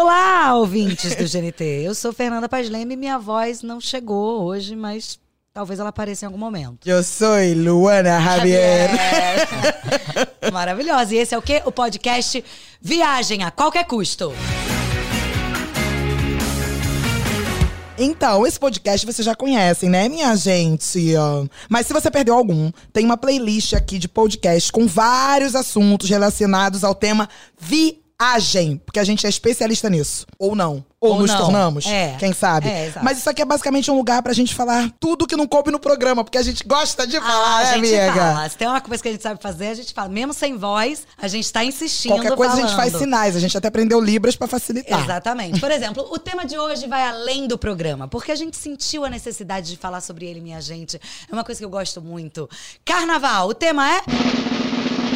Olá, ouvintes do GNT. Eu sou Fernanda Paz Leme e minha voz não chegou hoje, mas talvez ela apareça em algum momento. Eu sou Luana Javier. Maravilhosa. E esse é o quê? O podcast Viagem a Qualquer Custo. Então, esse podcast vocês já conhecem, né, minha gente? Ó, Mas se você perdeu algum, tem uma playlist aqui de podcast com vários assuntos relacionados ao tema viagem, porque a gente é especialista nisso. Ou não. Ou, Ou nos não. tornamos. É. Quem sabe? É, exato. Mas isso aqui é basicamente um lugar pra gente falar tudo que não coube no programa, porque a gente gosta de falar, Ah, a né, gente amiga? fala. Se tem uma coisa que a gente sabe fazer, a gente fala. Mesmo sem voz, a gente tá insistindo. Qualquer coisa a gente faz falando. sinais, a gente até aprendeu Libras pra facilitar. Exatamente. Por exemplo, o tema de hoje vai além do programa, porque a gente sentiu a necessidade de falar sobre ele, minha gente. É uma coisa que eu gosto muito. Carnaval, o tema é.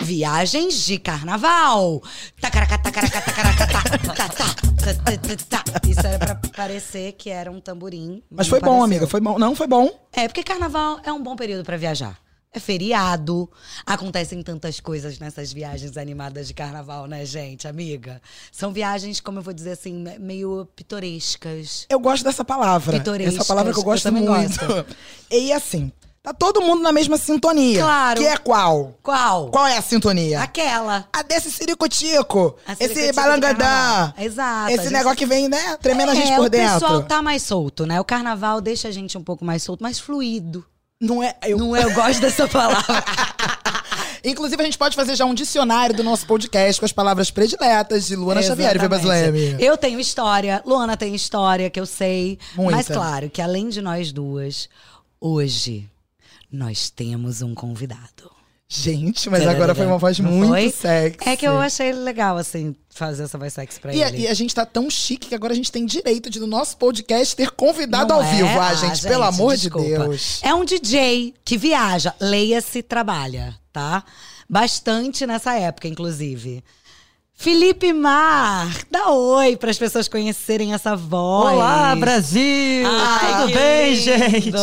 Viagens de carnaval. Tacaraca, tacaraca, tacaraca, tá, tá, tá, tá, tá, tá. Isso era pra parecer que era um tamborim. Mas não foi bom, pareceu. amiga, foi bom. Não, foi bom. É, porque carnaval é um bom período pra viajar. É feriado, acontecem tantas coisas nessas viagens animadas de carnaval, né, gente, amiga? São viagens, como eu vou dizer assim, me- meio pitorescas. Eu gosto dessa palavra. Pitorescas. Essa palavra que eu Eu gosto também muito. gosto. E assim, tá todo mundo na mesma sintonia. Claro. Que é qual? Qual? Qual é a sintonia? Aquela. A desse ciricutico. A Esse ciricutico de balangadã. carnaval. Exato, a Esse gente- negócio que vem, né? Tremendo a gente é, por o dentro. pessoal tá mais solto, né? O carnaval deixa a gente um pouco mais solto, mais fluido. Não é. eu- Não é? Eu gosto dessa palavra. Inclusive, a gente pode fazer já um dicionário do nosso podcast com as palavras prediletas de Luana Xavier e Viva Exatamente. Slame. Eu tenho história, Luana tem história, que eu sei. Muita. Mas claro, que além de nós duas, hoje nós temos um convidado. Gente, mas agora foi uma voz Não muito foi? sexy. É que eu achei legal, assim, fazer essa voz sexy pra E a, ele. e a gente tá tão chique que agora a gente tem direito de, no nosso podcast, ter convidado Não ao é? vivo. Ah, Ah, gente, pelo amor desculpa. de Deus. É um DJ que viaja, leia-se, trabalha, tá? Bastante nessa época, inclusive. Felipe Mar, dá oi para as pessoas conhecerem essa voz. Olá, Brasil! Ai, Tudo Ah, que bem, gente? lindo!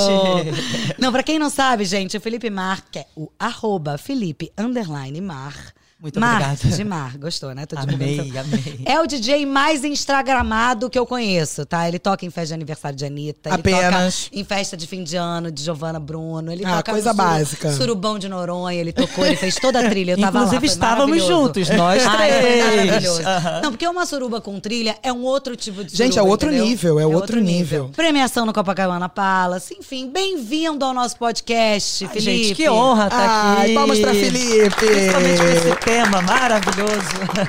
Não, pra quem não sabe, gente, o Felipe Mar, que é o arroba Felipe underline Mar. Muito Mar, obrigado. de Mar, gostou, né? Tô divulgando Amei, seu- amei. É o DJ mais instagramado que eu conheço, tá? Ele toca em festa de aniversário de Anitta. ele Apenas. toca em festa de fim de ano de Giovana Bruno. Ele Ah, toca coisa no suru- básica. Surubão de Noronha, ele tocou, ele fez toda a trilha. Eu tava lá, Inclusive, foi estávamos maravilhoso. juntos, nós Ah, foi três. maravilhoso. Aham. Não, porque uma suruba com trilha é um outro tipo de Gente, suruba, é outro entendeu? nível, é outro nível. Premiação no Copacabana Palace, enfim, bem-vindo ao nosso podcast, Ai, Felipe. gente, que honra estar Ai, aqui. palmas pra Principalmente com Felipe. esse tema maravilhoso.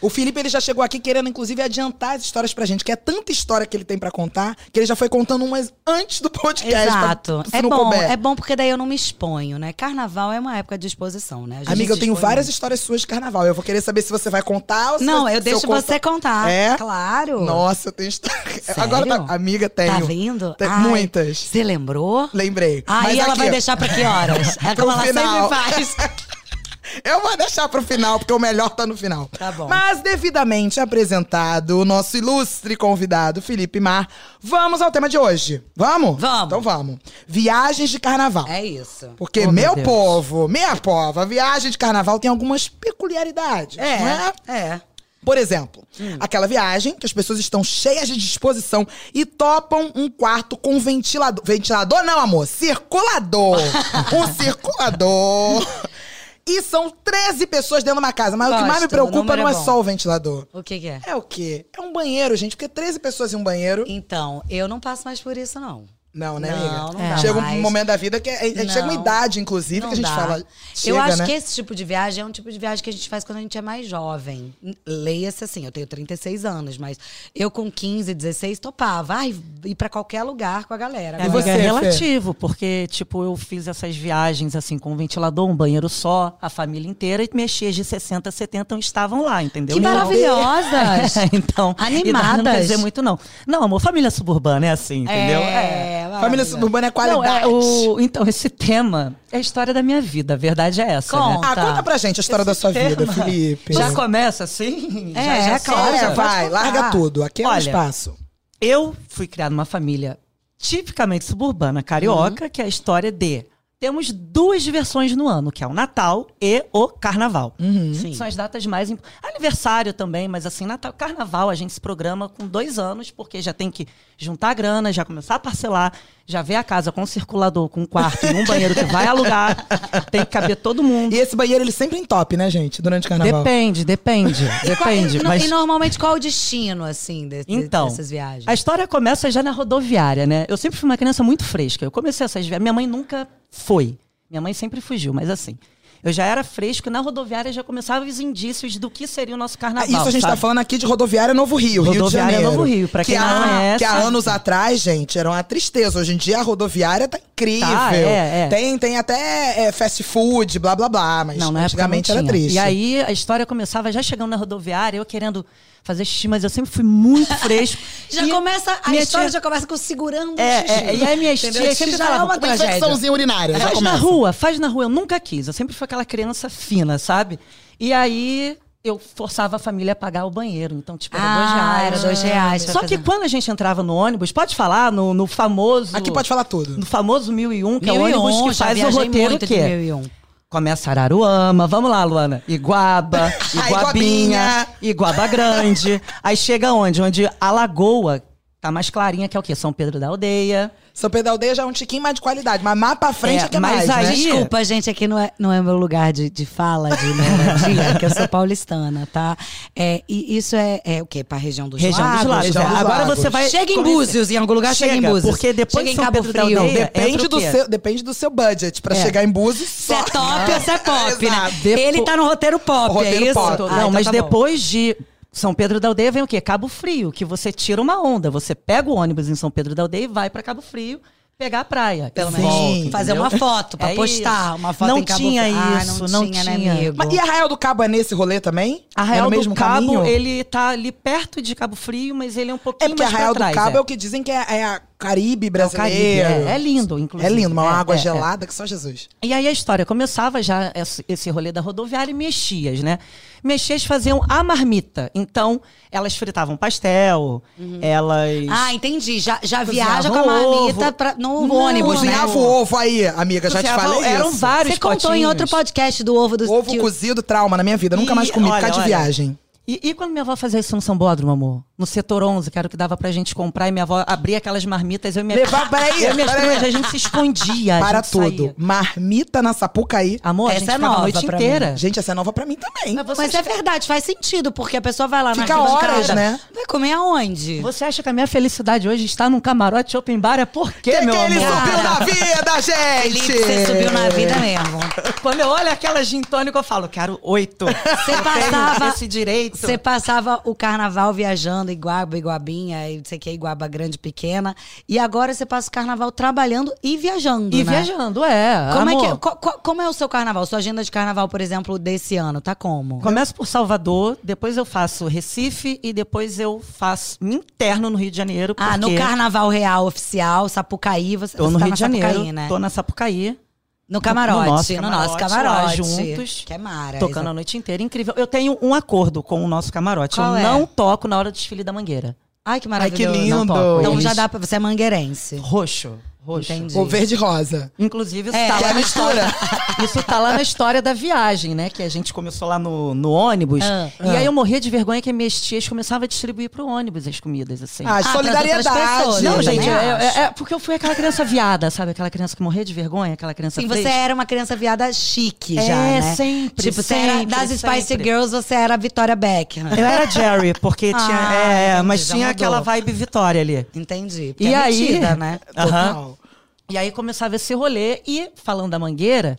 O Felipe ele já chegou aqui querendo, inclusive, adiantar as histórias pra gente, que é tanta história que ele tem pra contar, que ele já foi contando umas antes do podcast. tá Exato. pra- se É não bom, couber. é bom porque daí eu não me exponho, né? Carnaval é uma época de exposição, né? A gente Amiga, eu se tenho expõe várias muito. histórias suas de carnaval. Eu vou querer saber se você vai contar ou se Não, se eu deixo conto- você contar. É? Claro. Nossa, eu tenho história. Agora, Sério? tá... amiga, tenho. Tá vindo? Tem Ai, Muitas. Você lembrou? Lembrei. Mas Aí ela aqui, vai ó. deixar pra que horas? É Pro como ela final. sempre faz. Eu vou deixar pro final, porque o melhor tá no final. Tá bom. Mas devidamente apresentado o nosso ilustre convidado, Felipe Mar, vamos ao tema de hoje. Vamos? Vamos. Então vamos. Viagens de carnaval. É isso. Porque, Oh, meu meu, Deus. povo, minha pova, a viagem de carnaval tem algumas peculiaridades, não é? é. Por exemplo, aquela viagem que as pessoas estão cheias de disposição e topam um quarto com ventilador. Ventilador não, amor, circulador. um circulador. E são 13 pessoas dentro de uma casa. Mas o que Gosto, mais me o preocupa número não é, é bom. só o ventilador. O que que é? É o quê? É um banheiro, gente, porque 13 pessoas em um banheiro. Então, eu não passo mais por isso, não. Não, né, Não, amiga? não dá chega um mais. momento da vida que. é- é- Não. chega uma idade, inclusive, Não que a gente dá. fala. eu chega, acho né? que esse tipo de viagem é um tipo de viagem que a gente faz quando a gente é mais jovem. N- Leia-se assim, eu tenho 36 anos, mas eu com 15, 16 topava. Ai, ir pra qualquer lugar com a galera. E É, Agora, você, é Fê? relativo, porque, tipo, eu fiz essas viagens, assim, com um ventilador, um banheiro só, a família inteira, e mexias de 60, 70 não estavam lá, entendeu? Que Então- maravilhosas! então, idade Não Animadas. quer dizer muito, não. Não, amor, família suburbana é assim, entendeu? maravilhoso. Família suburbana é Não, qualidade. é o, então, esse tema é a história da minha vida, a verdade é essa. né? Conta. Ah, conta pra gente a história da sua vida, Felipe. Já começa assim? É, já, é já claro, solta? já Olha, pode vai, contar. larga tudo. Aqui é um Olha, espaço. Eu fui criada numa família tipicamente suburbana carioca, que é a história de Temos duas versões no ano, que é o Natal e o Carnaval. Sim. São as datas mais. imp- Aniversário também, mas assim, Natal, Carnaval, a gente se programa com dois anos, porque já tem que juntar grana, já começar a parcelar, já ver a casa com um circulador, com um quarto e um banheiro que vai alugar. Tem que caber todo mundo. E esse banheiro, ele sempre em top, né, gente? Durante o carnaval. Depende, depende, depende. E, no- mas... e normalmente qual é o destino, assim, de, de- Então, dessas viagens? A história começa já na rodoviária, né? Eu sempre fui uma criança muito fresca. Eu comecei essas viagens. Minha mãe nunca foi. Minha mãe sempre fugiu, mas assim. Eu já era fresco e na rodoviária já começava os indícios do que seria o nosso Ah, carnaval. Isso a gente sabe? tá falando aqui de Rodoviária Novo Rio, Rio de Rodoviária Janeiro. Novo Rio, pra quem que não há- conhece. Que há anos atrás, gente, era uma tristeza. Hoje em dia a rodoviária tá incrível. Tá, é, é. Tem, tem até é, fast food, blá blá blá, mas Não, na época antigamente não era tinha. triste. E aí a história começava já chegando na rodoviária, eu querendo fazer xixi, mas eu sempre fui muito fresco. Já E começa, a minha história tia- já começa com segurando o xixi. É, é, e aí minhas Entendeu? tias Isso sempre já é falavam, uma uma tragédia. infecçãozinha urinária, né? já Faz na começa. rua, faz na rua. Eu nunca quis. Eu sempre fui aquela criança fina, sabe? E aí eu forçava a família a pagar o banheiro. Então, tipo, era dois Ah, reais. era dois reais. pra Só que fazer. quando a gente entrava no ônibus, pode falar no, no famoso. Aqui pode falar tudo. No famoso 1001, que é o 1001, ônibus que já faz o viajei roteiro muito que é de 1001. Começa Araruama, vamos lá, Luana. Iguaba, Ah, Iguabinha. Iguabinha, Iguaba Grande. Aí chega onde? Onde a lagoa tá mais clarinha, que é o quê? São Pedro da Aldeia. São Pedro da Aldeia já é um tiquinho mais de qualidade, mas mais pra frente é, É, que é mais, mas né? aí- Desculpa, gente, aqui não é, não é meu lugar de, de fala, de moradia, que eu sou paulistana, tá? É, e isso é, é o quê? Pra região dos Região lagos? dos Lagos. Região é. dos Agora Lagos. você vai. Chega em conhecer. Búzios, em algum lugar chega, em Chega, Búzios. porque depois chega em São Cabo Pedro da Frio. Aldeia, Depende entra o do, quê? seu, depende do seu budget. Pra É. chegar em Búzios, Se é só. top ou se é pop, né? Exato. Ele tá no roteiro pop, Roteiro é isso? pop. Não, Ah, então mas tá bom. depois de São Pedro da Aldeia vem o quê? Cabo Frio, que você tira uma onda. Você pega o ônibus em São Pedro da Aldeia e vai pra Cabo Frio pegar a praia. Pelo E menos Sim. fazer entendeu? uma foto pra É postar. isso. Uma foto Não em Cabo tinha Frio. Ah, isso, não não tinha, tinha. né, amigo? Mas e Arraial do Cabo é nesse rolê também? é Arraial no do mesmo Cabo, caminho? ele tá ali perto de Cabo Frio, mas ele é um É pouquinho porque mais pra Arraial do trás. Cabo é. é. o que dizem que é, é a Caribe É o Caribe, brasileiro. é. É lindo, inclusive. É lindo, mas uma É, água é, é. gelada que só Jesus. E aí a história começava já esse- esse rolê da rodoviária e mexias, né? Mexias faziam a marmita. Então, elas fritavam pastel, elas. Ah, entendi. Já, já Cozinhava viaja com a marmita ovo. pra, no Não, ônibus, Cozinhava né? o ovo aí, amiga, já te cozinhavam- falei Eram isso. é vários Você contou em potinhos. outro podcast do ovo do... Ovo que- cozido, trauma na minha vida. Nunca E- mais comi, por olha, causa de olha. viagem. E, e quando minha avó fazia isso no Sambódromo, amor? No setor 11, que era o que dava pra gente comprar, e minha avó abria aquelas marmitas, eu e minha... Levar- peraí, eu e minhas peraí. primas, a gente se escondia. a Para gente tudo. saía. Marmita na Sapucaí. Amor, Essa a gente é ficava nova a noite pra mim. inteira. Gente, essa é nova pra mim também. Mas é verdade, faz sentido, porque a pessoa vai lá na Fica arquibancada, horas, né? Vai comer aonde? Você acha que a minha felicidade hoje está num camarote open bar? É por quê, Que, meu que ele amor? subiu na vida, gente! é Felipe, você subiu na vida mesmo. Quando eu olho aquela gin tônica, eu falo, quero oito. Você passava- esse direito. Você passava o carnaval viajando, Iguaba, Iguabinha, e não sei o que, Iguaba grande, pequena. E agora você passa o carnaval trabalhando e viajando, E né? viajando, é. Como é, que, amor. co- co- como é o seu carnaval? Sua agenda de carnaval, por exemplo, desse ano, tá como? Começo por Salvador, depois eu faço Recife e depois eu faço me interno no Rio de Janeiro. Ah, no porque carnaval real oficial, Sapucaí, você, Tô você no tá Rio na de Janeiro, Sapucaí, né? tô na Sapucaí, No camarote, no no nosso nosso camarote, camarote, lá juntos, que é mara. tocando a noite inteira, incrível. Eu tenho um acordo com o nosso camarote, Qual eu é? não toco na hora do desfile da Mangueira. Ai, que Ai, que maravilhoso. lindo! não toco. Então Eles- já dá pra... Você é mangueirense. Roxo, roxo. Entendi. O verde e rosa. Inclusive, isso É, tá Que é lá a na mistura. Isso tá lá na história da viagem, né? Que a gente começou lá no, no ônibus. Ah, e aí eu morria de vergonha que minhas tias começavam a distribuir pro ônibus as comidas, assim. Ah, pras outras pessoas, solidariedade. eu Não, também gente, acho. é, é- é porque eu fui aquela criança viada, sabe? Aquela criança que morria de vergonha, aquela criança Sim, fresca. você era uma criança viada chique É, já, né? sempre, Tipo, você era sempre, das Spice sempre. Girls, você era a Victoria Beckham. Eu era Jerry, porque Ah, tinha. É, entendi, mas já tinha mudou. aquela vibe Vitória ali. Entendi. Porque E é aí? metida, né? Aham. Total. E aí começava esse rolê e, falando da mangueira,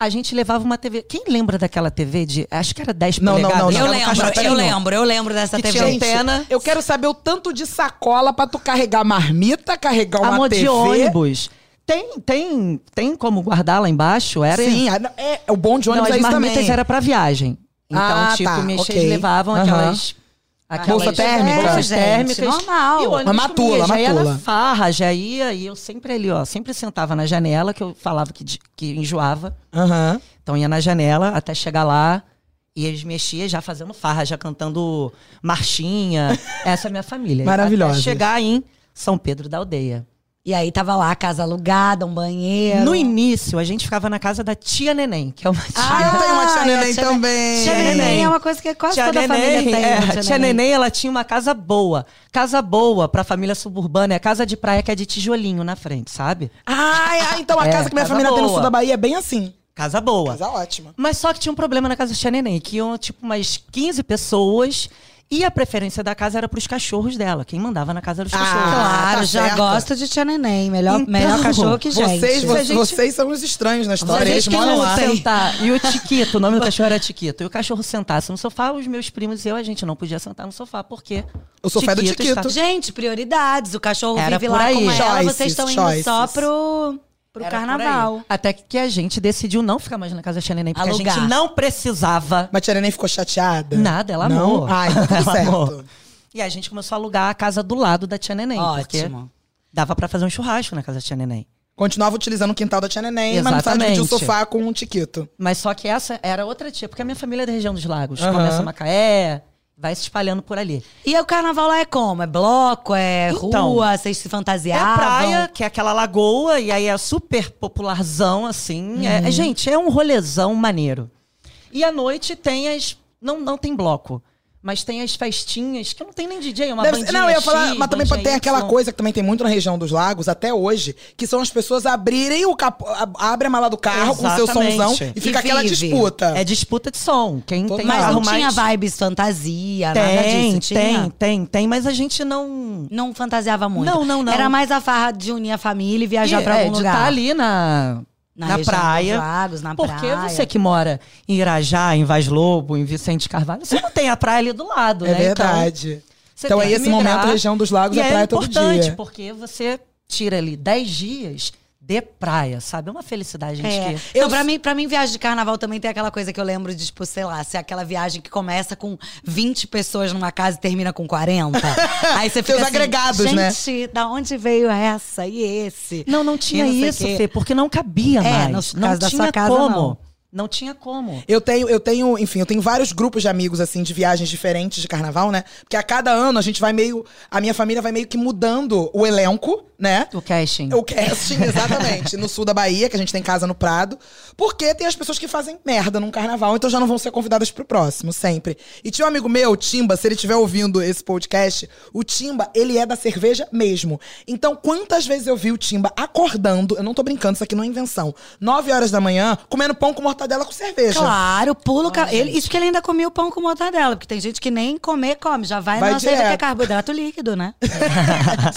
a gente levava uma TV. Quem lembra daquela TV de. Acho que era 10 Não, não, polegadas. não, um não. Eu era um lembro, eu caixotinho. lembro, eu lembro dessa Que TV. tinha antena. Eu quero saber o tanto de sacola pra tu carregar marmita, carregar É uma Amor TV. de ônibus. Tem, tem, tem como guardar lá embaixo? Era Sim, a- não, é, o bom de não, ônibus é as isso marmitas também. era pra viagem. Então, Ah, tipo, tá, minhas ok. tias levavam Aham. aquelas, aquelas... Bolsa térmica? Bolsas É, gente, térmicas. normal. E o ônibus Uma matula, comia, já ia na matula. farra, já ia. E eu sempre ali, ó, sempre sentava na janela, que eu falava que, de- que enjoava. Aham. Então ia na janela até chegar lá. E eles mexiam já fazendo farra, já cantando marchinha. Essa é a minha família. Maravilhosa. Até chegar em São Pedro da Aldeia. E aí tava lá a casa alugada, um banheiro. No início, a gente ficava na casa da tia Neném, que é uma tia. Ah, eu tenho uma tia e a Neném também. Tia Neném é uma coisa que quase toda a família tem. é, né, tia, Neném, ela tinha uma casa boa. Casa boa pra família suburbana é a casa de praia que é de tijolinho na frente, sabe? Ai, ai, então a É, casa que minha casa família tem no boa. sul da Bahia é bem assim. Casa boa. Casa ótima. Mas só que tinha um problema na casa da tia Neném, que iam, tipo, umas 15 pessoas. E a preferência da casa era pros cachorros dela. Quem mandava na casa era os Ah, cachorros. Claro, tá já certa. gosto de tia Neném. Melhor, Então, melhor cachorro que gente. Vocês, vo- a gente- vocês são os estranhos na história. Vocês Eles que moram não lá. sei. têm. sentar. E o Tiquito, o nome do cachorro era Tiquito. E o cachorro sentasse no sofá, os meus primos e eu, a gente não podia sentar no sofá, porque. O sofá é do Tiquito está- Tiquito. Gente, prioridades. O cachorro Era vive por lá aí. com ela. Choices, Vocês estão indo choices. só pro, pro Era por carnaval. aí. Até que a gente decidiu não ficar mais na casa da Tia Neném, porque Alugar. a gente não precisava. Mas a tia Neném ficou chateada? Nada, ela não? amou. Ai, então tudo Ela certo. amou. E a gente começou a alugar a casa do lado da Tia Neném, porque Ótimo. dava pra fazer um churrasco na casa da Tia Neném. Continuava utilizando o quintal da tia Neném, mas não precisava Exatamente. dividir o sofá com o Tiquito. Mas só que essa era outra tia, porque a minha família é da região dos lagos. Aham. Começa em Macaé, vai se espalhando por ali. E o carnaval lá é como? É bloco? É Então, rua? Vocês se É fantasiavam? a praia, que é aquela lagoa, e aí é super popularzão, assim. É- Uhum. gente, é um rolezão maneiro. E à noite tem as. Não, não tem bloco, mas tem as festinhas, que não tem nem DJ, é uma Deve ser- bandinha não, eu ia X, falar, mas também bandinha tem aquela Y. coisa que também tem muito na região dos lagos até hoje, que são as pessoas abrirem o capô, a- abre a mala do carro com o seu Exatamente. somzão e E fica aquela vive. disputa. É disputa de som. Quem Todo tem Mas carro não tinha mais... vibes fantasia, nada Tem, disso? tem, Tinha? tem, tem, mas a gente não. Não fantasiava muito. Não, não, não. Era mais a farra de unir a família e viajar E, pra é, algum de lugar. tá ali na, na, região praia. Dos lagos, na Porque praia. você que mora em Irajá, em Vaz Lobo, em Vicente Carvalho, você não tem a praia ali do lado, É né? Então, verdade. você Então, tem aí, que esse migrar. momento, região dos lagos, E é praia todo importante, dia. porque você tira ali 10 dias de praia, sabe? É uma felicidade, gente. É. que- Então, pra mim, pra mim, viagem de carnaval também tem aquela coisa que eu lembro de, tipo, sei lá, se é aquela viagem que começa com 20 pessoas numa casa e termina com 40. Aí você fica Seus assim, agregados, né? Gente, da onde veio essa e esse? Não, não tinha E não sei isso, o quê. Fê, porque não cabia É, mais. no não caso da tinha sua casa, como. não. Não tinha como. Eu tenho, eu tenho, enfim, eu tenho vários grupos de amigos, assim, de viagens diferentes de carnaval, né? Porque a cada ano a gente vai meio. A minha família vai meio que mudando o elenco, né? O casting. O casting, exatamente. no sul da Bahia, que a gente tem casa no Prado. Porque tem as pessoas que fazem merda num carnaval, então já não vão ser convidadas pro próximo, sempre. E tinha um amigo meu, o Timba, se ele estiver ouvindo esse podcast, o Timba, ele é da cerveja mesmo. Então, quantas vezes eu vi o Timba acordando, eu não tô brincando, isso aqui não é invenção, nove horas da manhã, comendo pão com mortadela com cerveja. Claro, pulo. ca- ele- isso que ele ainda comia o pão com mortadela, porque tem gente que nem comer come, já vai, Vai na aceita que é direto. carboidrato líquido, né?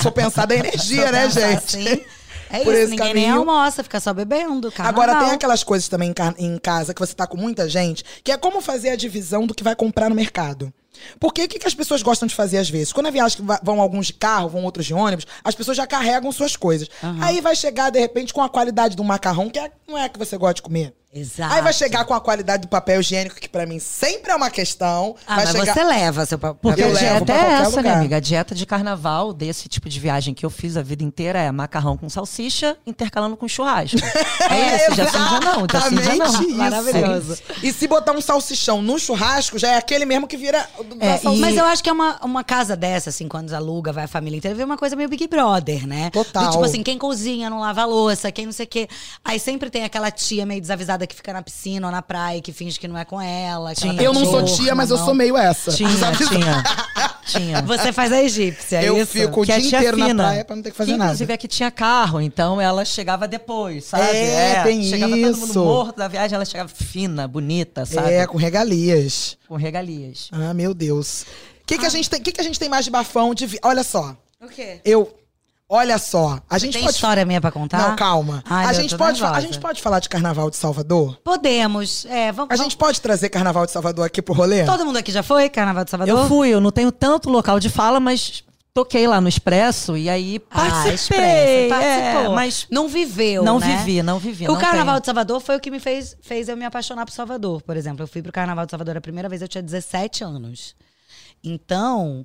Só pensar da energia, né, Pensar gente? assim, é Por isso, esse ninguém nem caminho. almoça, fica só bebendo. Carnaval. Agora, tem aquelas coisas também em ca- em casa que você tá com muita gente, que é como fazer a divisão do que vai comprar no mercado. Porque o que, que as pessoas gostam de fazer às vezes? Quando a viagem que va- vão alguns de carro, vão outros de ônibus, as pessoas já carregam suas coisas. Aí vai chegar, de repente, com a qualidade do macarrão, que é- não é a que você gosta de comer. Exato. Aí vai chegar com a qualidade do papel higiênico, que pra mim sempre é uma questão. Ah, vai mas chegar... você leva seu papel. Porque Eu a levo dieta pra é qualquer essa, né, lugar. amiga? A dieta de carnaval desse tipo de viagem que eu fiz a vida inteira é macarrão com salsicha intercalando com churrasco. É isso, já sim, já não, já sim, já Exatamente não. isso. Maravilhoso. E se botar um salsichão no churrasco, já é aquele mesmo que vira. o do- da É, e- salsicha. Mas eu acho que é uma, uma casa dessa, assim, quando aluga, vai a família inteira, vira uma coisa meio Big Brother, né? Total. Do tipo assim, quem cozinha, não lava a louça, quem não sei o quê. Aí sempre tem aquela tia meio desavisada que fica na piscina ou na praia, que finge que não é com ela. que ela tá Eu não sou gorda, tia, mas eu não. sou meio essa. Tinha, tinha. Tinha. Você faz a egípcia, é eu isso? fico o Que a dia tia inteiro fina. na praia pra não ter que fazer que, nada. Inclusive é que tinha carro, então ela chegava depois, sabe? É, tem chegava todo isso. mundo morto da viagem, ela chegava fina, bonita, sabe? É, com regalias. Com regalias. Ah, meu Deus. O que, que, a gente tem- que, que a gente tem mais de bafão? De vi- Olha só, O quê? eu. Olha só, a gente Tem pode. história minha pra contar? Não, calma. Ai, a, meu, gente tô pode fa- a nervosa. gente pode falar de carnaval de Salvador? Podemos. É, vamos. A gente pode trazer carnaval de Salvador aqui pro rolê? Todo mundo aqui já foi? Carnaval de Salvador? Eu fui, eu não tenho tanto local de fala, mas toquei lá no Expresso e aí Ah, participei. expressa, é, participou. mas não viveu, não né? vivi, não vivi. O não Carnaval tá tenho. de Salvador foi o que me fez, fez eu me apaixonar por Salvador, por exemplo. Eu fui pro Carnaval de Salvador a primeira vez, eu tinha 17 anos. Então,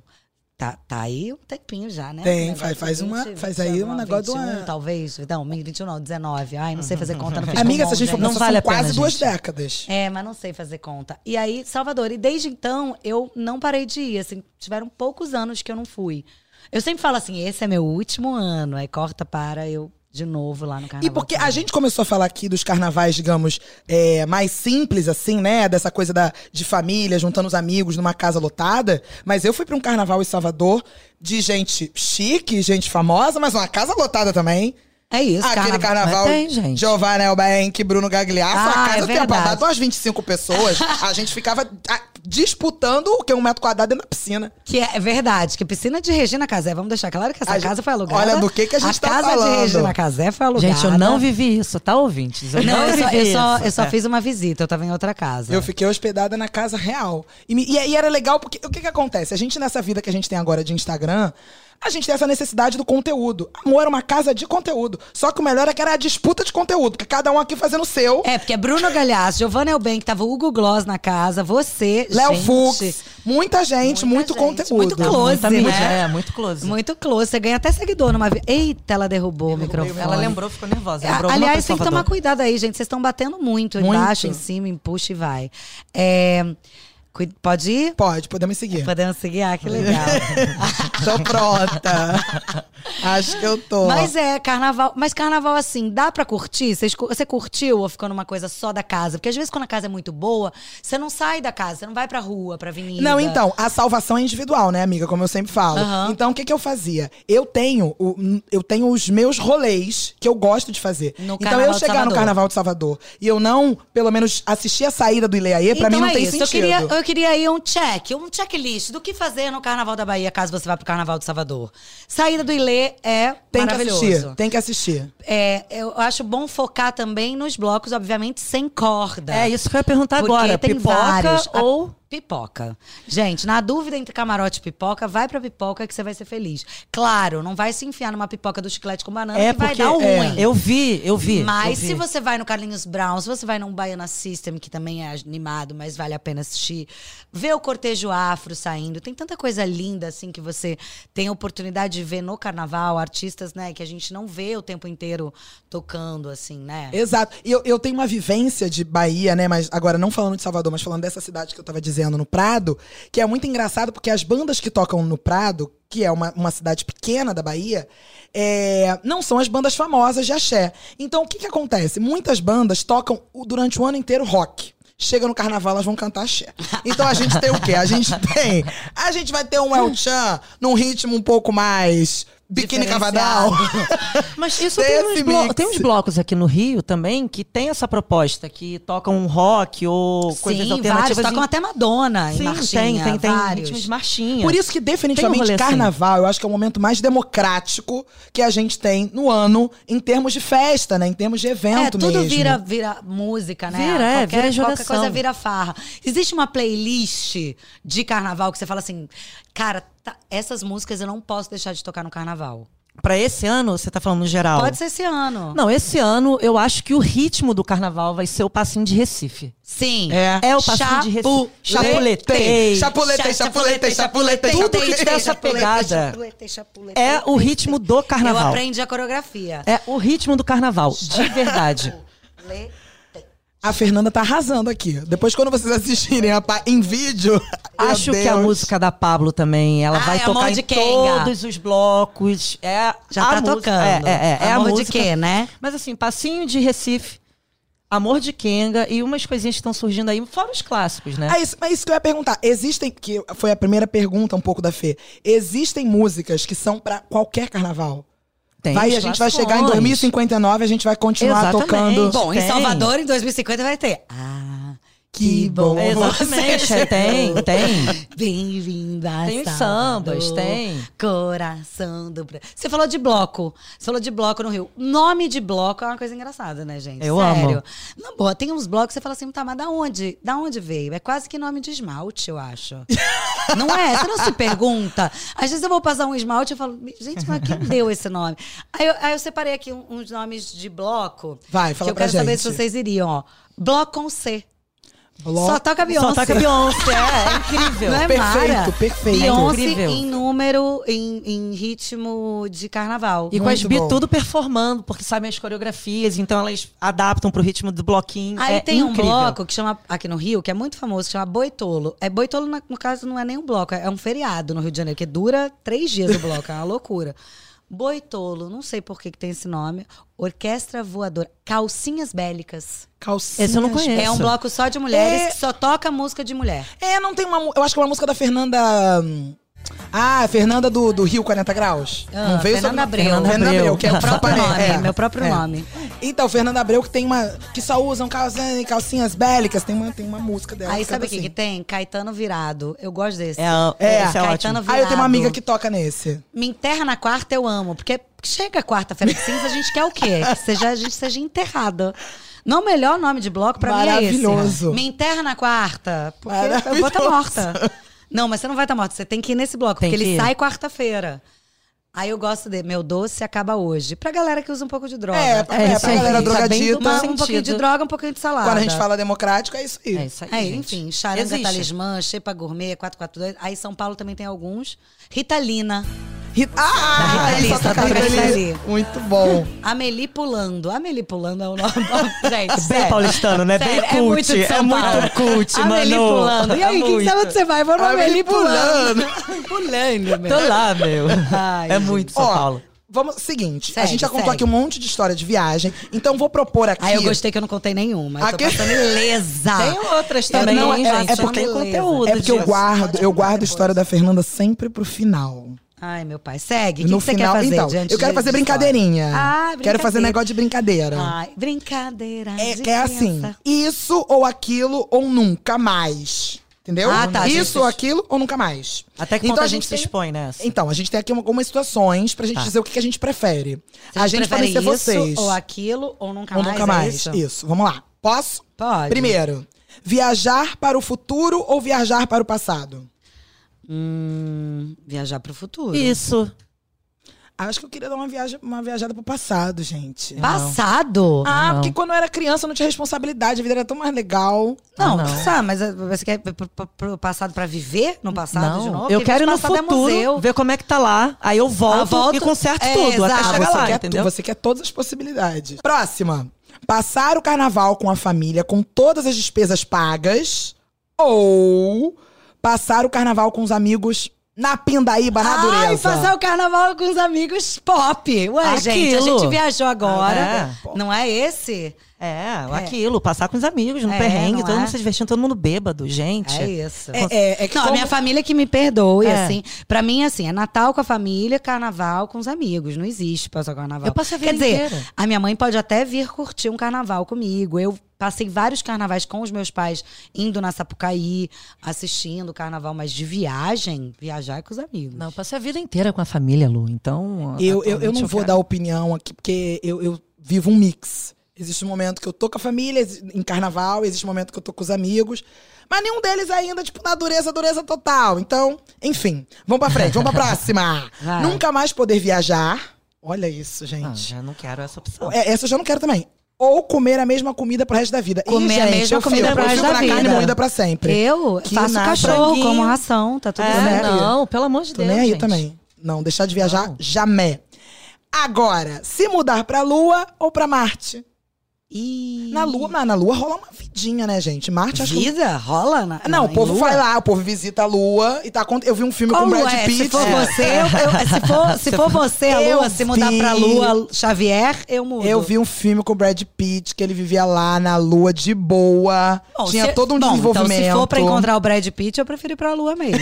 Tá, tá aí um tempinho já, né? Tem, O negócio faz- faz de uma- faz aí um negócio de uma- 21, talvez. Não, 21 não, 19. Ai, não sei fazer conta. né? Não fiz Amiga, se Kumon, a gente for gente. pensar, Não vale são a pena, quase duas gente. décadas. É, mas não sei fazer conta. E aí, Salvador. E desde então, eu não parei de ir. Assim, tiveram poucos anos que eu não fui. Eu sempre falo assim, esse é meu último ano. Aí corta para eu de novo lá no carnaval. E porque a gente começou a falar aqui dos carnavais, digamos, é, mais simples, assim, né? Dessa coisa da, de família, juntando os amigos numa casa lotada. Mas eu fui pra um carnaval em Salvador de gente chique, gente famosa, mas uma casa lotada também. É isso, Aquele carnaval. carnaval, Mas Tem, gente. Giovanna Elbank, Bruno Gagliasso, Ah, a é casa tinha verdade. babado umas 25 pessoas. a gente ficava ah, disputando o que? Um metro quadrado dentro da piscina. Que é verdade, que piscina de Regina Casé. Vamos deixar claro que essa A gente- casa foi alugada. Olha do que que a gente tá casa falando. de Regina Casé foi alugada. Gente, eu não vivi isso, tá, ouvintes? Eu Não, não, eu só, vivi eu só, isso. eu só É. fiz uma visita, eu tava em outra casa. Eu fiquei hospedada na casa real. E, me- e- e era legal porque o que, que acontece? A gente, nessa vida que a gente tem agora de Instagram, a gente tem essa necessidade do conteúdo. Amor, era uma casa de conteúdo. Só que o melhor é que era a disputa de conteúdo, porque cada um aqui fazendo o seu. É, porque é Bruno Galhaço, Giovanna Elben, que tava o Hugo Gloss na casa, você, Léo gente, Fux, muita gente, muita muito gente, conteúdo. muito Não, close, muita mídia, né? É, muito close. Muito close, você ganha até seguidor numa... vi- Eita, ela derrubou o microfone. Ela lembrou, ficou nervosa. A- Lembrou alguma Aliás, coisa, tem que tomar Salvador? cuidado aí, gente. Vocês estão batendo muito, Muito. embaixo, em cima, em puxa e vai. É, cui- Pode ir? Pode, podemos seguir. Podemos seguir? Ah, que legal. tô pronta. Acho que eu tô. Mas é, carnaval. Mas carnaval, assim, dá pra curtir? Vocês cu- Você curtiu ou ficou numa coisa só da casa? Porque às vezes quando a casa é muito boa, você não sai da casa, você não vai pra rua, pra avenida. Não, então, a salvação é individual, né, amiga? Como eu sempre falo. Aham. Então, o que, que eu fazia? Eu tenho, o- hum, eu tenho os meus rolês que eu gosto de fazer. No então, Carnaval eu de chegar no Salvador. Carnaval de Salvador e eu não, pelo menos, assistir a saída do Ileaê, pra Então mim não é tem isso. sentido. Eu queria, eu queria ir um check, um checklist do que fazer no Carnaval da Bahia, caso você vá pro Carnaval de Salvador. Saída do Ilê é Tem que maravilhoso. assistir, tem que assistir. É, eu acho bom focar também nos blocos, obviamente, sem corda. É isso que eu ia perguntar Porque agora. tem Pipoca vários. A- ou. Pipoca. Gente, na dúvida entre camarote e pipoca, vai pra pipoca que você vai ser feliz. Claro, não vai se enfiar numa pipoca do chiclete com banana É que vai porque. dar ruim. é, eu vi, eu vi. Mas eu vi. se você vai no Carlinhos Brown, se você vai num Baiana System, que também é animado, mas vale a pena assistir, vê o cortejo afro saindo. Tem tanta coisa linda, assim, que você tem a oportunidade de ver no carnaval, artistas, né, que a gente não vê o tempo inteiro tocando, assim, né? Exato. E eu, eu tenho uma vivência de Bahia, né? Mas agora não falando de Salvador, mas falando dessa cidade que eu tava dizendo, no Prado, que é muito engraçado porque as bandas que tocam no Prado, que é uma, uma cidade pequena da Bahia, é, não são as bandas famosas de axé. Então, o que que acontece? Muitas bandas tocam o- durante o ano inteiro rock. Chega no carnaval, elas vão cantar axé. Então a gente tem o quê? A gente tem. A gente vai ter um El Chan num ritmo um pouco mais biquíni cavadal. Mas isso Tem tem, uns esse blo- mix. tem uns blocos aqui no Rio também que tem essa proposta, que tocam um rock ou coisas Sim, vários. alternativas. em- Tocam até Madonna em Sim, Marchinha. tem, tem, tem vários. ritmos de marchinha. Por isso que, Tem um definitivamente, rolê assim. carnaval, eu acho que é o momento mais democrático que a gente tem no ano, em termos de festa, né? Em termos de evento É, tudo mesmo. vira, vira música, né? Vira, é, qualquer, vira qualquer jogação. coisa vira farra. Existe uma playlist de carnaval que você fala assim, cara, tá- essas músicas eu não posso deixar de tocar no carnaval. Pra esse ano, você tá falando no geral? Pode ser esse ano. Não, esse ano eu acho que o ritmo do carnaval vai ser o passinho de Recife. Sim. É. É o passinho de Recife. Chapuletei, Chapuletei. chapuletei, chapuletei, chapuletei. Tudo que tiver essa pegada é o ritmo do Eu carnaval. aprendi a coreografia. É o ritmo do carnaval, de verdade. Lê. A Fernanda tá arrasando aqui. Depois, quando vocês assistirem a pa- em vídeo. meu Acho que a Deus. música da Pablo também, ela Ah, vai é Amor tocar em de Kenga. todos os blocos. É Já a tá música- tocando. É, é, é, é a Amor de música. quê, né? Mas assim, passinho de Recife, Amor de Kenga e umas coisinhas que estão surgindo aí, fora os clássicos, né? É isso, mas isso que eu ia perguntar. Existem, que foi a primeira pergunta um pouco da Fê. Existem músicas que são pra qualquer carnaval? Tem Vai, os a gente vai classicões. chegar em 2059, a gente vai continuar Exatamente. tocando. Bom, em Tem. Salvador, em 2050, vai ter. Ah, que bom. É, Exatamente, você é, tem, chegou. tem. Bem-vinda a Tem os Salvador, sambas, tem. Coração do... Bra- Você falou de bloco. Você falou de bloco no Rio. Nome de bloco é uma coisa engraçada, né, gente? Eu Sério. amo. Na boa, tem uns blocos que você fala assim, tá, mas da onde? Da onde veio? É quase que nome de esmalte, eu acho. não é? Você não se pergunta. Às vezes eu vou passar um esmalte e eu falo, gente, mas quem deu esse nome? Aí eu, aí eu separei aqui um- uns nomes de bloco. Vai, fala que eu pra quero saber gente. se vocês iriam, ó. Bloco com C. Só tá toca Beyoncé. Só toca Beyoncé, é, é incrível. Não é Perfeito, Mara? perfeito. Beyoncé É incrível. em número, em, em ritmo de carnaval. E com as Muito Bi bom. tudo performando, porque sabem as coreografias, então elas adaptam pro ritmo do bloquinho. Aí é tem incrível. um bloco que chama, aqui no Rio, que é muito famoso, que chama Boitolo. É Boitolo, na- no caso, não é nem um bloco, é um feriado no Rio de Janeiro, que dura três dias o bloco, é uma loucura. Boitolo, não sei por que, que tem esse nome. Orquestra Voadora. Calcinhas Bélicas. Calcinha. Esse eu não conheço. É um bloco só de mulheres É. que só toca música de mulher. É, não tem uma. mu- Eu acho que é uma música da Fernanda. hum, Ah, Fernanda do, do Rio 40 Graus. Ah, não veio Fernanda sobre- Abreu. Fernanda Abreu, que é o Meu próprio Saparé, nome, é, meu próprio é. nome. Então, Fernanda Abreu que tem uma. Que só usam calcinhas, calcinhas bélicas. Tem uma, tem uma música dela. Aí que canta sabe o que, que assim. tem? Caetano Virado. Eu gosto desse. É, a- É, esse é Caetano ótimo. tem? Ah, eu tenho tá uma Virado. amiga que toca nesse. Me enterra na quarta, eu amo. Porque chega quarta-feira de cinza, a gente quer o quê? Que seja, a gente seja enterrada. Não o melhor nome de bloco pra mim é esse. Maravilhoso. Me enterra na quarta. Porque eu vou Maravilhoso. estar morta. Não, mas você não vai estar morta. Você tem que ir nesse bloco. Tem porque que ele ir. sai quarta-feira. Aí eu gosto de meu doce acaba hoje. Pra galera que usa um pouco de droga. É, pra- é, pra isso aí. galera Tá bem drogadita. do mal. Uma- um pouquinho de sentido. droga, um pouquinho de salada. Quando a gente fala democrático, é isso aí. É isso aí, Aí, gente. enfim, charanga Existe. talismã, xepa gourmet, 442. Aí São Paulo também tem alguns. Ritalina. Rita- Ah, Rita aí Lee, só só toca toca Rita Rita Lee. Lee. Muito bom. Amelie Pulando. Amelie Pulando é o nome. Gente, Bem sério. paulistano, É né? Sério, Bem cult. de São É Paulo. muito cult, mano. Amelie Pulando. E aí, É quem que muito. sabe onde você vai? Vamos Amelie Amelie Pulando. Pulando, meu. Tô lá, meu. Ai, é gente. muito São Ó, Paulo. Vamos, seguinte, a Segue, gente já contou segue. aqui um monte de história de viagem, então vou propor aqui. Aí eu gostei que eu não contei nenhuma. Eu Aqui- é tô passando ilesa. Tem outras também, não, hein, é- gente? é Só porque- tem conteúdo. É porque eu disso. guardo, Pode eu contar guardo a depois. história da Fernanda sempre pro final. Ai, meu pai. Segue. O que no que você final, quer fazer então, diante eu quero de- fazer de brincadeirinha. história? Ah, brincadeira. Quero fazer negócio de brincadeira. Ai, brincadeira é, de que é assim, criança. isso ou aquilo ou nunca mais. Entendeu? Ah, tá, Isso gente. ou aquilo ou nunca mais. Até que ponto Então a gente se tem- expõe nessa? Então, a gente tem aqui algumas situações pra gente Tá. dizer o que que a gente prefere. Vocês a gente preferem podem ser isso, vocês. Ou aquilo, ou nunca ou mais. nunca é mais. isso? isso? vamos lá. Posso? Pode. Primeiro, viajar para o futuro ou viajar para o passado? Hum, viajar pro futuro. Isso. Ah, Acho que eu queria dar uma, viaja, uma viajada pro passado, gente. Passado? Ah, Não. porque quando eu era criança eu não tinha responsabilidade, a vida era tão mais legal. não, Ah, não. sabe, mas eh, você quer pro, pro- pro passado pra viver no passado de novo? eu Porque quero ir no passado é museu. futuro, ver como é que tá lá. Aí eu volto, Ah, volto. e conserto É, tudo. exato. Até Ah, chegar você, lá, quer, tu- entendeu? você quer todas as possibilidades. Próxima. Passar o carnaval com a família, com todas as despesas pagas. Ou passar o carnaval com os amigos na Pindaíba, na Ai, dureza. passar o carnaval com os amigos pop. Ué, Aquilo. gente, a gente viajou agora. Ah, é. Não é esse? É, aquilo, passar com os amigos no É, perrengue, não todo é? mundo se divertindo, todo mundo bêbado, gente. É isso. É, é, é que Não, a como- minha família que me perdoe, É. assim. Pra mim, assim, é Natal com a família, carnaval com os amigos. Não existe passar carnaval. Eu passei a Quer vida dizer, inteira. a minha mãe pode até vir curtir um carnaval comigo. Eu passei vários carnavais com os meus pais, indo na Sapucaí, assistindo o carnaval, mas de viagem, viajar é com os amigos. Não, eu passei a vida inteira com a família, Lu. Então. Tá Eu, eu, eu atualmente não vou quero. dar opinião aqui, porque eu, eu vivo um mix. Existe um momento que eu tô com a família exi- em carnaval, existe um momento que eu tô com os amigos. Mas nenhum deles ainda, tipo, na dureza, dureza total. Então, enfim, vamos pra frente, vamos pra próxima. Vai. Nunca mais poder viajar. Olha isso, Ah, gente. já não quero essa Ah. opção. É, essa eu já não quero também. Ou comer a mesma comida pro resto da vida. Ih, Comer a gente, mesma eu comida fico, pro eu resto fico da na vida. carne moída pra sempre. Eu Que faço nada. cachorro, Franguinho. como ração, tá tudo É, certo. não, pelo amor de Tô Deus. nem aí gente. também. Não, deixar de viajar Não. jamais. Agora, se mudar pra Lua ou pra Marte? Ih, Na Lua, na, na Lua rola uma vidinha, né, gente? Marte, acho que. um- Vida? Rola? Na, Não, na- o povo em vai lua? lá, o povo visita a Lua e tá cont- Eu vi um filme Qual com o lua Brad é? Pitt. Se for É. você, eu- eu- se, for, se for você a Eu lua, se mudar vi. pra lua Xavier, eu mudo. Eu vi um filme com o Brad Pitt, que ele vivia lá na Lua de boa. Bom, Tinha se- todo um bom, desenvolvimento. Então, se for pra encontrar o Brad Pitt, eu prefiro ir pra lua mesmo.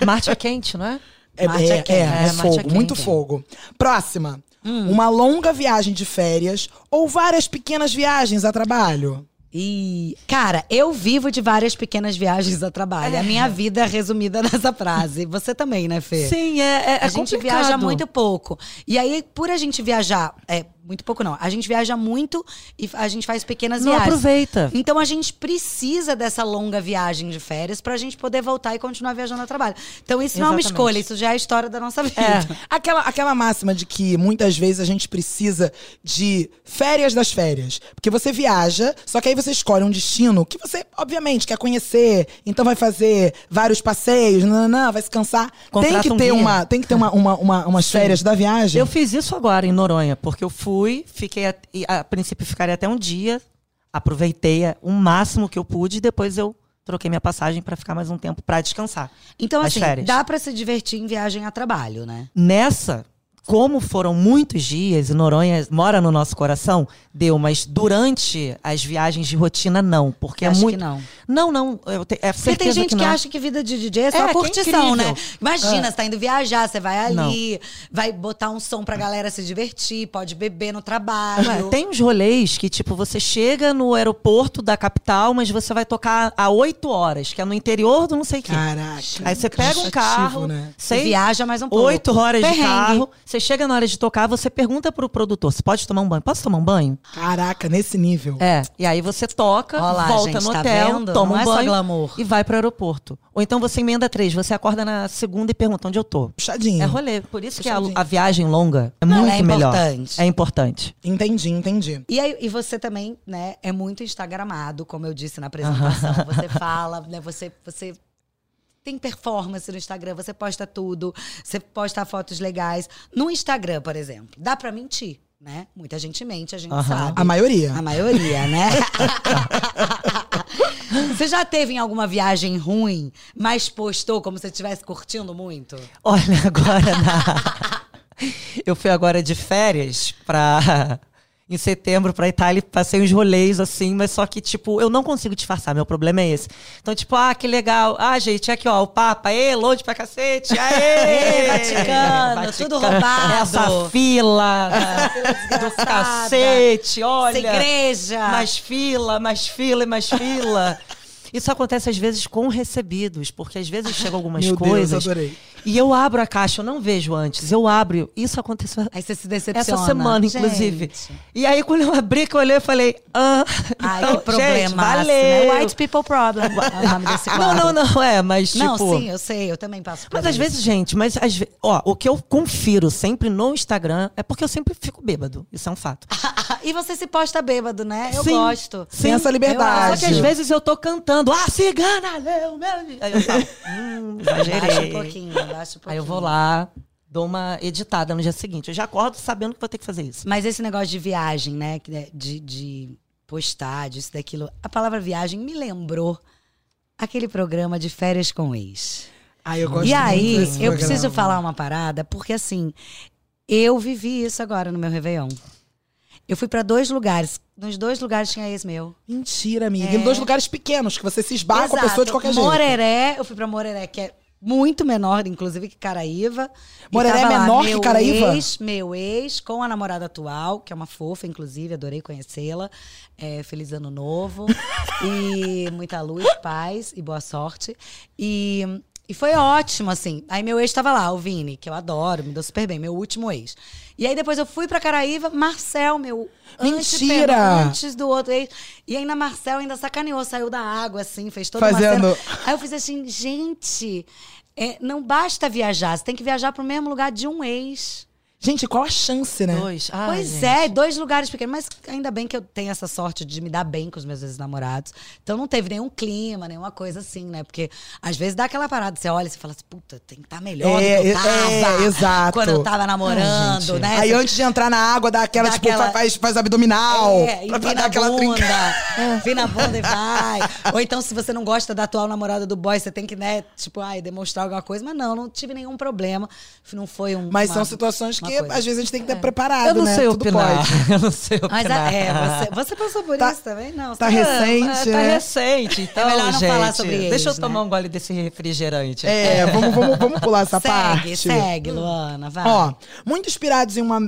É. Marte é quente, não é? É, Marte Hum. é, é quente. é, É, é Marte é fogo, quente, muito é. fogo. Próxima. Uma longa viagem de férias ou várias pequenas viagens a trabalho. E, cara, eu vivo de várias pequenas viagens a trabalho. A minha vida é resumida nessa frase. Você também, né, Fê? Sim, é, é, é a gente complicado. viaja muito pouco. E aí, por a gente viajar é, Muito pouco não. A gente viaja muito e a gente faz pequenas Não viagens. aproveita. Então a gente precisa dessa longa viagem de férias pra gente poder voltar e continuar viajando a trabalho. Então isso não é uma Exatamente. escolha, isso já é a história da nossa vida. É. Aquela, aquela máxima de que muitas vezes a gente precisa de férias das férias. Porque você viaja, só que aí você escolhe um destino que você, obviamente, quer conhecer. Então vai fazer vários passeios, não, não, não, vai se cansar. Contrata tem que um ter guia. uma, tem que ter uma, uma, uma- umas férias da viagem. Eu fiz isso agora em Noronha, porque eu fui, fiquei a, e a princípio ficaria até um dia, aproveitei a- o máximo que eu pude e depois eu troquei minha passagem para ficar mais um tempo para descansar. Então As assim, férias. dá pra se divertir em viagem a trabalho, né? Nessa, como foram muitos dias e Noronha mora no nosso coração, deu, mas durante as viagens de rotina não, porque é Acho muito que não. Não, não, eu te- é Porque certeza tem gente que, não. acha que vida de DJ é só É, que é curtição, incrível. né? Imagina, É. você tá indo viajar, você vai ali, vai botar um som pra galera se divertir, pode beber no trabalho. Ué, É, tem uns rolês que, tipo, você chega no aeroporto da capital, mas você vai tocar a 8 horas, que é no interior do não sei o Ah, quê. Caraca. Aí você pega Cansativo, um carro, né? Você sei, viaja mais um pouco. oito horas Perrengue. de carro, você chega na hora de tocar, você pergunta pro produtor, você pode tomar um banho? Posso tomar um banho? Caraca, nesse nível. É. E aí você toca, Ó lá, volta gente, no tá hotel, vendo? toma Não um é só banho glamour. e vai pro aeroporto. Ou então você emenda três, você acorda na segunda e pergunta onde eu tô. Puxadinho. É rolê, por isso que a, Puxadinho. a viagem longa é Não, muito é melhor. importante. É importante. Entendi, entendi. E, aí, e você também, né, é muito instagramado, como eu disse na apresentação. Você fala, né, você, você tem performance no Instagram, você posta tudo, você posta fotos legais. No Instagram, por exemplo, dá pra mentir, né? Muita gente mente, a gente Aham. sabe. A maioria. A maioria, né? você já teve em alguma viagem ruim, mas postou como se estivesse curtindo muito? Olha, agora na... eu fui agora de férias pra... em setembro pra Itália e passei uns rolês assim, mas só que, tipo, eu não consigo disfarçar, meu problema é esse. Então, tipo, ah, que legal. Ah, gente, aqui, ó, o Papa, ê, longe pra cacete, aê! Ê, Vaticano, tudo roubado. Essa fila, do cacete, olha. Essa igreja! Mais fila, mais fila e mais fila. Isso acontece às vezes com recebidos, porque às vezes chegam algumas Meu Deus, coisas. adorei. E eu abro a caixa, eu não vejo antes, eu abro. Isso aconteceu Aí você se decepciona. essa semana, Gente. inclusive. E aí, quando eu abri, que eu olhei, eu falei. Ah, Ai, então, que problema. assim, né? Gente, valeu. White people problem. É o nome desse quadro. Não, não, não, é, mas tipo. Não, sim, eu sei, eu também passo por Mas às isso. vezes, gente, mas às vezes. Ó, o que eu confiro sempre no Instagram é porque eu sempre fico bêbado. Isso é um fato. e você se posta bêbado, né? Eu Sim. gosto. Tem essa liberdade. Ah, Só que às vezes eu tô cantando, ah, cigana, leu, meu. Aí eu falo, hum, Baixa um pouquinho, baixa um exagerei. pouquinho. Aí eu vou lá, dou uma editada no dia seguinte. Eu já acordo sabendo que vou ter que fazer isso. Mas esse negócio de viagem, né? que é De, de postar, disso, daquilo. A palavra viagem me lembrou aquele programa de férias com ex. Ai, eu gosto e muito aí, desse eu programa. preciso falar uma parada, porque assim, eu vivi isso agora no meu Réveillon. Eu fui pra dois lugares. Nos dois lugares tinha ex meu. Mentira, amiga. É. Em dois lugares pequenos, que você se esbarra com a pessoa de qualquer jeito. Moreré, eu fui pra Moreré, que é muito menor, inclusive, que Caraíva. E Moreré é tava lá menor que meu Caraíva? Ex, meu ex, com a namorada atual, que é uma fofa, inclusive, adorei conhecê-la. É, feliz ano novo. e muita luz, paz e boa sorte. E, e foi ótimo, assim. Aí meu ex tava lá, o Vini, que eu adoro, me deu super bem, meu último ex. E aí depois eu fui pra Caraíva, Marcel, meu Mentira! antes- antes do outro ex. E ainda Marcel ainda sacaneou, saiu da água, assim, fez toda uma Fazendo- cena. Aí eu fiz assim, gente, é, não basta viajar, você tem que viajar pro mesmo lugar de um ex. Gente, qual a chance, né? Dois. Ah, É. pois gente. é, dois lugares pequenos. Mas ainda bem que eu tenho essa sorte de me dar bem com os meus ex-namorados. Então não teve nenhum clima, nenhuma coisa assim, né? Porque às vezes dá aquela parada, você olha e você fala assim, puta, tem que estar melhor do que É, eu tava. é, exato. Quando eu tava Ah, namorando, gente. né? Aí Você antes de entrar na água, dá aquela, Dá tipo, aquela- faz, faz abdominal. É, pra, pra enfia dar na aquela bunda. trincada. Enfia na bunda e vai. Ou então, se você não gosta da atual namorada do boy, você tem que, né, tipo, ai, demonstrar alguma coisa. Mas não, não tive nenhum problema. Não foi um. Mas uma- são situações uma que, coisa. É. às vezes, a gente tem que estar preparado, Eu não né? sei Tudo opinar. pode. Eu não sei Mas opinar. é, você, você passou por né? Tá- isso também? Não. você tá não- recente, É, tá né? recente, então, melhor não gente, falar sobre eles, deixa eu né? tomar um gole desse refrigerante. É, vamos, vamos, vamos pular essa É. Segue, parte. segue, Luana, vai. Ó, muito inspirados em uma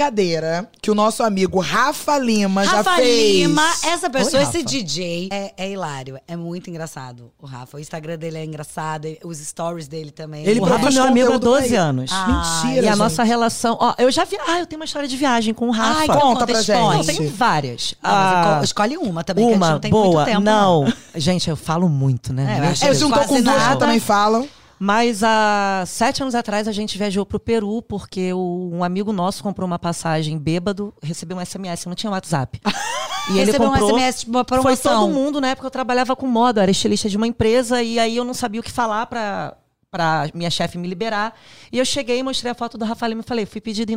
brincadeira que o nosso amigo Rafa Lima já Rafa fez. Lima, essa pessoa, Oi, esse Rafa. DJ, é, é hilário. É muito engraçado o Rafa. O Instagram dele é engraçado, e os stories dele também. Ele o o produz Rafa é meu amigo há conteúdo pra 12 ele. anos. Ah, Mentira, e a gente. nossa relação. Ó, eu já vi. Ah, eu tenho uma história de viagem com o Rafa. Ai, Conta conta, pra pra gente. gente. Não, tem várias. Ah, escolhe uma também, que a gente uma não tem boa. muito tempo. não. Gente, eu falo muito, É, né? eu Meu acho É, Deus. se não tô Quase com duas que nada. também falam. Mas há sete anos atrás a gente viajou pro Peru porque o- um amigo nosso comprou uma passagem bêbado, recebeu um SMS, não tinha WhatsApp. E ele Recebeu um comprou, SMS, tipo, uma Foi promoção. todo mundo, na época eu trabalhava com moda, eu era estilista de uma empresa e aí eu não sabia o que falar pra, pra minha chefe me liberar. E eu cheguei e mostrei a foto do Rafael e me falei, fui pedido em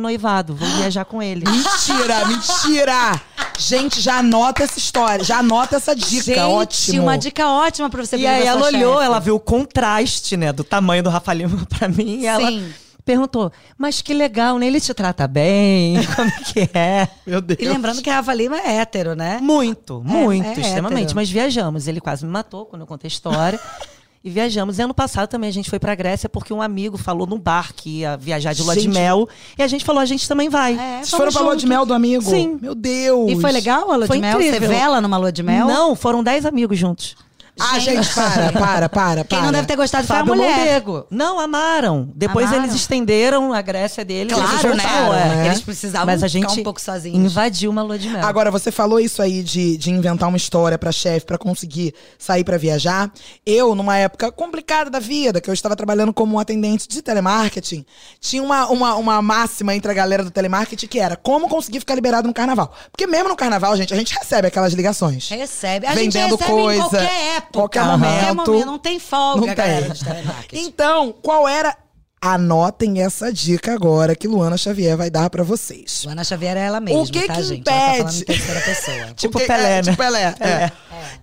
noivado, vou viajar com ele. Mentira, mentira! Gente, já anota essa história, já anota essa dica, Gente, ótimo. uma dica ótima pra você E pedir aí pra ela sua olhou, chefe. ela viu o contraste, né, do tamanho do Rafa Lima pra mim. E ela Sim. perguntou, mas que legal, né? Ele te trata bem? Como é que é? Meu Deus. E lembrando que a Rafa Lima é hétero, né? Muito, muito, é extremamente. hétero. Mas viajamos. Ele quase me matou quando eu contei a história. e viajamos. E ano passado também a gente foi pra Grécia porque um amigo falou num bar que ia viajar de lua de Gente. mel. E a gente falou, a gente também vai. É, Vocês foram pra lua de mel do amigo? Sim. Meu Deus. E foi legal a lua Foi de mel? incrível. Você vela numa lua de mel? Não, foram 10 amigos juntos. Ah, gente, para, para, para, para. Quem não deve ter gostado foi a Fábio mulher. Mondego. Não, amaram. Depois Amaram. eles estenderam a Grécia dele. eles Claro, voltaram, né? é. Eles precisavam Mas a ficar gente um pouco sozinhos. invadiu uma lua de mel. Agora, você falou isso aí de, de inventar uma história pra chefe, pra conseguir sair pra viajar. Eu, numa época complicada da vida, que eu estava trabalhando como um atendente de telemarketing, tinha uma, uma, uma máxima entre a galera do telemarketing que era como conseguir ficar liberado no carnaval. Porque mesmo no carnaval, gente, a gente recebe aquelas ligações. Recebe. A gente Vendendo recebe coisa, em qualquer época. qualquer Aham. momento. Não tem folga, Não tem. galera, tá de telemarketing. Então, qual era. Anotem essa dica agora que Luana Xavier vai dar pra vocês. Luana Xavier é ela mesma, O que tá, que gente? Ela tá falando impede? em terceira pessoa. Tipo O que- Pelé, é, né? Tipo Pelé, é.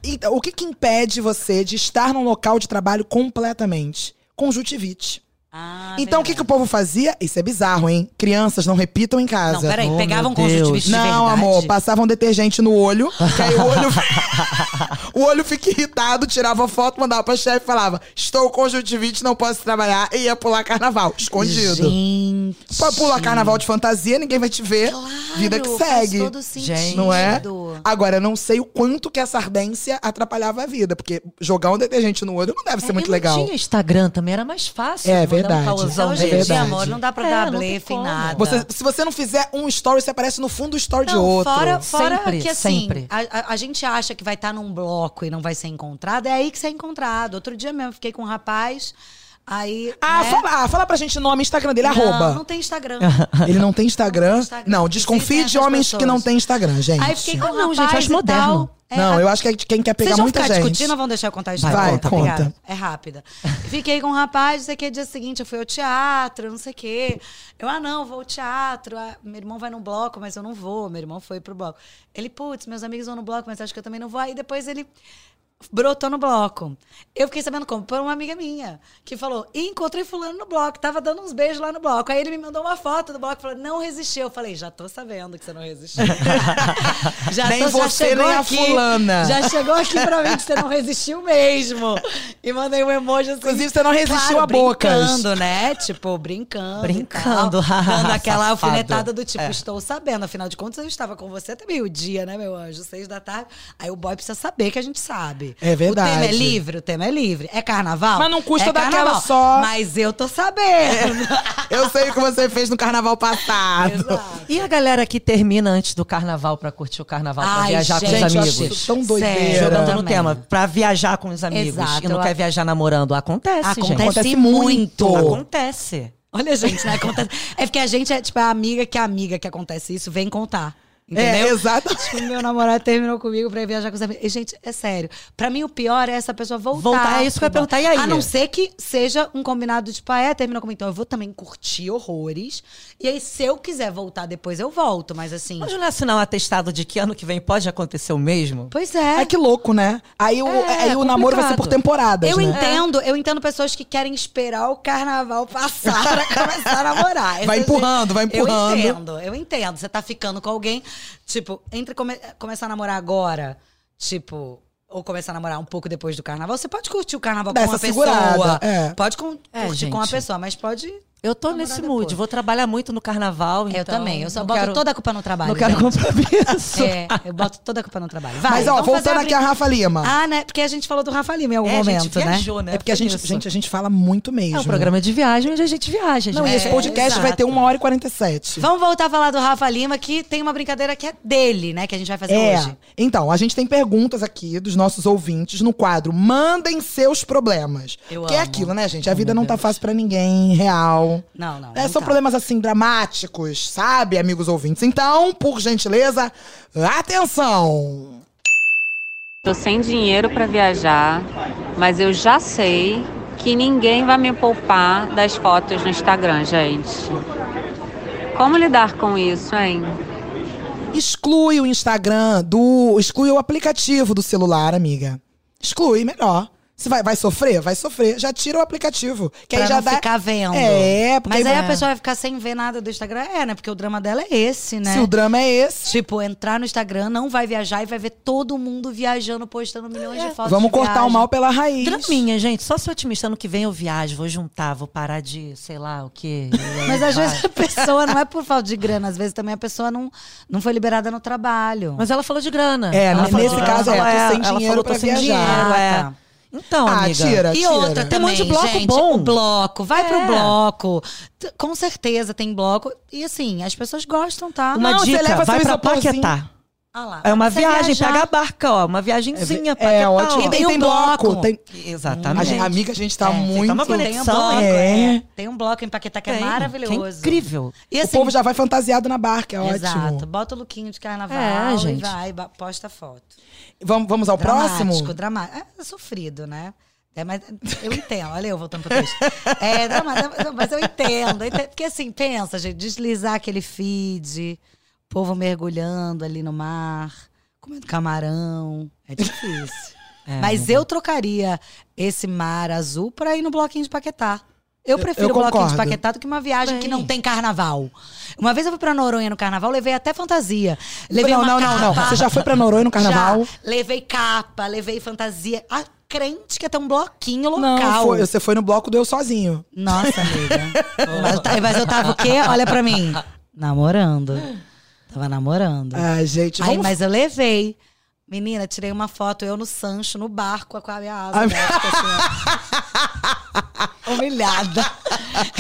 Então, o que que impede você de estar num local de trabalho completamente? Conjuntivite. Ah, então, verdade. o que que o povo fazia? Isso é bizarro, hein? Crianças, não repitam em casa. Não, peraí, Oh, pegavam meu Deus. conjuntivite de verdade? Não, amor, passavam detergente no olho, que aí o olho, o olho fica irritado, tirava foto, mandava pra chefe e falava: Estou com conjuntivite, não posso trabalhar, e ia pular carnaval, escondido. Gente. Pra pular carnaval de fantasia, ninguém vai te ver. Claro, Vida que faz segue. todo sentido. Gente. Não é? Agora, eu não sei o quanto que essa ardência atrapalhava a vida, porque jogar um detergente no olho não deve ser É, muito e legal. Não tinha Instagram também, era mais fácil. É mandar um verdade. caosão Então, É gente, desse. verdade. amor, não dá pra É, dar não tem blefe em como. nada. Você- se você não fizer um story, você aparece no fundo do story de Não, outro. Fora, fora Sempre, que assim, sempre. A, a- a gente acha que vai estar num bloco e não vai ser encontrado, é aí que você é encontrado. Outro dia mesmo, eu fiquei com um rapaz, aí. Ah, né? fala, ah, fala pra gente o nome, Instagram dele, não, arroba. Não tem Instagram. Ele não tem Instagram. Não Não, tem Instagram. desconfie Existem de homens essas que não pessoas. têm Instagram, gente. aí fiquei com Ah, um não, rapaz gente, eu acho e moderno. tal. É, não, eu acho que é de quem quer pegar Vocês vão muita ficar gente. discutindo ou vão deixar eu contar a história? Vai, conta. Obrigada. É rápida. Fiquei com um rapaz, não sei o que, dia seguinte eu fui ao teatro, não sei o que. Eu, ah não, vou ao teatro. Ah, meu irmão vai no bloco, mas eu não vou. Meu irmão foi pro bloco. Ele, putz, meus amigos vão no bloco, mas acho que eu também não vou. Aí depois ele brotou no bloco. Eu fiquei sabendo como, por uma amiga minha, que falou, "Ih, encontrei fulano no bloco, tava dando uns beijos lá no bloco. Aí ele me mandou uma foto do bloco, falou, não resistiu. Eu falei, já tô sabendo que você não resistiu. já Nem você, chegou nem a fulana. Já chegou aqui pra mim que você não resistiu mesmo. E mandei um emoji assim. Inclusive, você não resistiu claro, a bocas. Brincando, né? Tipo, brincando. e Brincando, tal, dando aquela safado. alfinetada do É. tipo, estou sabendo. Afinal de contas, eu estava com você até meio-dia, né, meu anjo? Seis da tarde. Aí o boy precisa saber que a gente sabe. É O tema é verdade. livre, o tema é livre. É carnaval? Mas não custa é dar carnaval. aquela só. Mas eu tô sabendo. Eu sei o que você fez no carnaval passado. Exato. E a galera que termina antes do carnaval pra curtir o carnaval, pra Ai, viajar com os gente, eu acho amigos? isso tão doideira. Sério, Jogando Voltando no também. tema, pra viajar com os amigos Exato, e não eu quer acho- viajar namorando, acontece, Acontece, gente. Acontece muito. muito. Acontece. Olha, gente, né? Acontece. É porque a gente é tipo a amiga que a amiga que acontece isso vem contar. É, Entendeu? exatamente. Tipo, meu namorado terminou comigo pra ir viajar com os amigos. E, gente, é sério. Pra mim, o pior é essa pessoa voltar. Voltar, é isso que eu ia pro perguntar. E bloco. aí? A não ser que seja um combinado, tipo, ah, é, terminou comigo. Então, eu vou também curtir horrores. E aí, se eu quiser voltar depois, eu volto. Mas assim... Mas não é assinar um atestado de que ano que vem pode acontecer o mesmo? Pois é. É que louco, né? Aí o, É, aí o complicado. namoro vai ser por temporadas, Eu né? entendo, eu entendo pessoas que querem esperar o carnaval passar pra começar a namorar. Vai Essas- empurrando, vai empurrando. Eu entendo, eu entendo. Você tá ficando com alguém, tipo, entre come- começar a namorar agora, tipo, ou começar a namorar um pouco depois do carnaval, você pode curtir o carnaval Dá com uma essa segurada, pessoa. é. Pode com- É, curtir com uma gente. pessoa, mas pode Eu tô Vamos nesse morar mood. depois. Vou trabalhar muito no carnaval. eu então também. Eu só não boto quero- toda a culpa no É. trabalho. né? Não quero gente. compromisso. É, eu boto toda a culpa no trabalho. Vai, Mas, ó, vamos fazer voltando aqui a brin- Rafa Lima. Ah, né? Porque a gente falou do Rafa Lima em algum É, a gente momento, viajou, né? né? Um é porque a foi gente, isso. gente, a gente fala muito mesmo. né? É um programa de viagem onde a gente viaja. Não, gente. e esse É, podcast vai exato. ter 1 hora e 47. Vamos voltar a falar do Rafa Lima, que tem uma brincadeira que é dele, né? Que a gente vai fazer É. hoje. Então, a gente tem perguntas aqui dos nossos ouvintes no quadro Mandem Seus Problemas. Eu que é amo. aquilo, né, gente? A Oh, vida meu não tá Deus. fácil pra ninguém, real. Não, não. É, não são tá. problemas assim dramáticos, sabe, amigos ouvintes? Então, por gentileza, atenção! Tô sem dinheiro para viajar, mas eu já sei que ninguém vai me poupar das fotos no Instagram, gente. Como lidar com isso, hein? Exclui o Instagram do. Exclui o aplicativo do celular, amiga. Exclui, melhor. Você vai, vai sofrer? Vai sofrer. Já tira o aplicativo. Que pra aí já não dá. ficar vendo. É, porque Mas aí a né, pessoa vai ficar sem ver nada do Instagram. É, né? Porque o drama dela é esse, né? Se o drama é esse. Tipo, entrar no Instagram, não vai viajar e vai ver todo mundo viajando, postando milhões de fotos. de Vamos cortar o viagem. mal pela raiz. Draminha, gente. Só ser otimista. Ano que vem eu viajo, vou juntar, vou parar de sei lá o quê. E aí Mas às vai. vezes a pessoa não é por falta de grana, às vezes também a pessoa não, não foi liberada no trabalho. Mas ela falou de grana. É, Ela nesse falou de grana, caso, ela é, tô falou, sem ela dinheiro falou, tô pra sem viajar. dinheiro, é. Ah, tá. Então, Ah, amiga. tira. E outra Tem um também, monte de bloco gente, bom. O bloco, vai É. pro bloco. T- Com certeza tem bloco. E assim, as pessoas gostam, tá? Uma Não, você leva dica, vai seu pra isoporzinho. Paquetá. Ah lá, É uma você viagem, viajar. pega a barca, ó. Uma viagenzinha, pra É, ótimo. ó. E tem, Tem um tem bloco. bloco. Tem... A Exatamente. gente- amiga, a gente tá É, tem muito. uma Tem um Conexão, bloco, é. é. Tem um bloco em Paquetá que é Tem, maravilhoso. que é incrível. E O assim, povo já vai fantasiado na barca, é Exato. ótimo. Bota o lookinho de carnaval É, e gente. vai, ba- posta foto. Vamos, vamos ao Dramático, próximo? dramático. É sofrido, né? É, mas eu entendo. Olha eu voltando pro texto. É dramático, não, mas eu entendo, eu entendo. Porque assim, pensa, gente, deslizar aquele feed, povo mergulhando ali no mar, comendo camarão. É difícil. É. Mas né? eu trocaria esse mar azul pra ir no bloquinho de Paquetá. Eu prefiro eu o bloquinho de concordo. Paquetá do que uma viagem que Bem. não tem carnaval. Uma vez eu fui pra Noronha no carnaval, levei até fantasia. Levei não, uma não, não, não. capa. Você já foi pra Noronha no carnaval? Já. Levei capa, levei fantasia. A crente que até um bloquinho Não, local. foi- você foi no bloco do Eu Sozinho. Nossa, amiga. mas, eu ta- mas eu tava o quê? Olha pra mim. Namorando. Tava namorando. Ah, gente, Aí, vamos... mas eu levei. Menina, tirei uma foto, eu no Sancho, no barco, com a minha asa. Ah, aberta, assim, ó. Humilhada.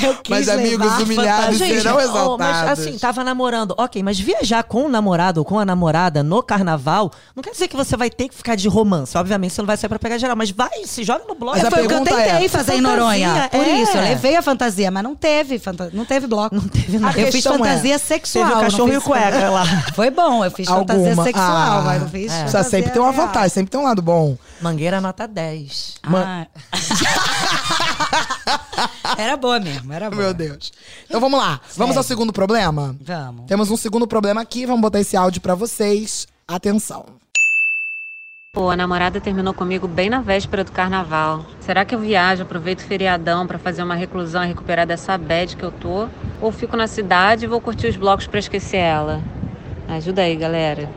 Eu quis Mas, amigos, levar humilhados fantasia. serão oh, ó, oh, mas exaltados. assim, tá tava namorando. Ok, mas viajar com o namorado ou com a namorada no carnaval não quer dizer que você vai ter que ficar de romance. Obviamente você não vai sair pra pegar geral, mas vai, se joga no blog. Mas a Foi o que eu pergunta é, tentei fazer em fantasia, Noronha. Por é. isso, eu levei a fantasia, mas não teve, fanta- não teve bloco. Não teve nada. Eu fiz questão é, fantasia Teve sexual. o não cachorro e o fiz- cueca lá. Foi bom, eu fiz fantasia sexual, Ah, mas não fiz. precisa fantasia sempre tem uma real. vantagem, sempre tem um lado bom. Mangueira nota 10. Ma- Ah. era boa mesmo, era boa. Meu Deus. Então vamos lá. Vamos ao segundo problema? Vamos. Tá, Temos um segundo problema aqui, vamos botar esse áudio pra vocês. Atenção. Pô, a namorada terminou comigo bem na véspera do carnaval. Será que eu viajo, aproveito o feriadão pra fazer uma reclusão e recuperar dessa bad que eu tô? Ou fico na cidade e vou curtir os blocos pra esquecer ela? Ajuda aí, galera.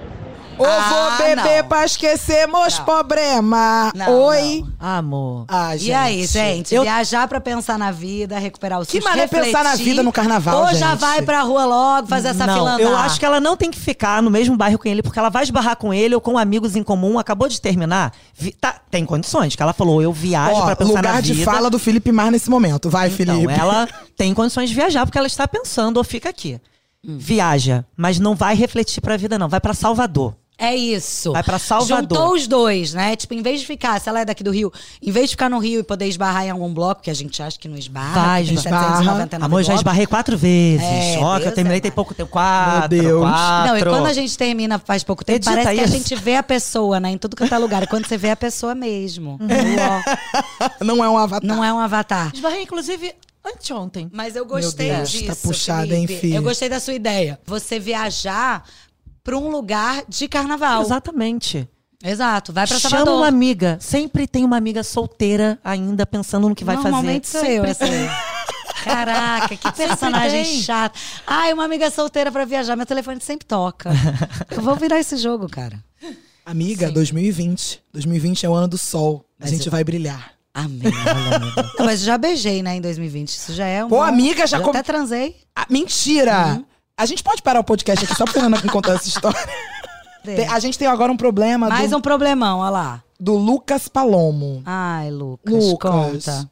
Ou Ah, vou beber não. pra esquecer meus Não. problemas. Não, Oi. Amor. Ah, E aí, gente, viajar pra pensar na vida, recuperar o Que susto, maneiro refletir, pensar na vida no carnaval, Ou já gente. vai pra rua logo, fazer essa não, fila andar. eu acho que ela não tem que ficar no mesmo bairro com ele, porque ela vai esbarrar com ele ou com amigos em comum, acabou de terminar. Vi- tá, tem condições, que ela falou, eu viajo Ó, pra pensar na lugar vida. de fala do Felipe Mar nesse momento. Vai, Felipe. Então, ela tem condições de viajar porque ela está pensando ou fica aqui. Hum. Viaja, mas não vai refletir pra vida não, vai pra Salvador. É isso. Vai pra Salvador. Juntou os dois, né? Tipo, em vez de ficar, se ela é daqui do Rio, em vez de ficar no Rio e poder esbarrar em algum bloco, que a gente acha que não esbarra. Vai, que tem esbarra. 799 Amor, já blocos. esbarrei quatro vezes. É, Ó, que Deus eu terminei é tem mais. pouco tempo. Quatro, Meu Deus. quatro. Não, e quando a gente termina faz pouco tempo, Edita parece que isso. a gente vê a pessoa, né? Em tudo quanto é lugar. E quando você vê a pessoa mesmo. Uhum. Uhum. Ó, Não é um avatar. Não é um avatar. Esbarrei, inclusive, anteontem. Mas eu gostei Meu Deus, tá disso. puxada, Felipe. hein, filho? Eu gostei da sua ideia. Você viajar pra um lugar de carnaval. Exatamente. Exato. Vai pra Chama Salvador. uma amiga. Sempre tem uma amiga solteira ainda pensando no que vai Normalmente fazer. sou eu, Sempre tem. essa aí. Caraca, que personagem tem. chato. Ai, uma amiga solteira pra viajar, meu telefone sempre toca. Eu vou virar esse jogo, cara. Amiga, 2020. 2020 é o ano do sol. A Mas gente eu- vai brilhar. Amém. olha, amiga. Não, mas já beijei, né, em 2020. Isso já é um. Pô, amiga, já Eu com- até transei. Ah, mentira! Uhum. A gente pode parar o podcast aqui só pra Fernanda contar essa história. É. Tem- a gente tem agora um problema Mais do, um problemão, olha lá. do Lucas Palomo. Ai, Lucas, Lucas. conta.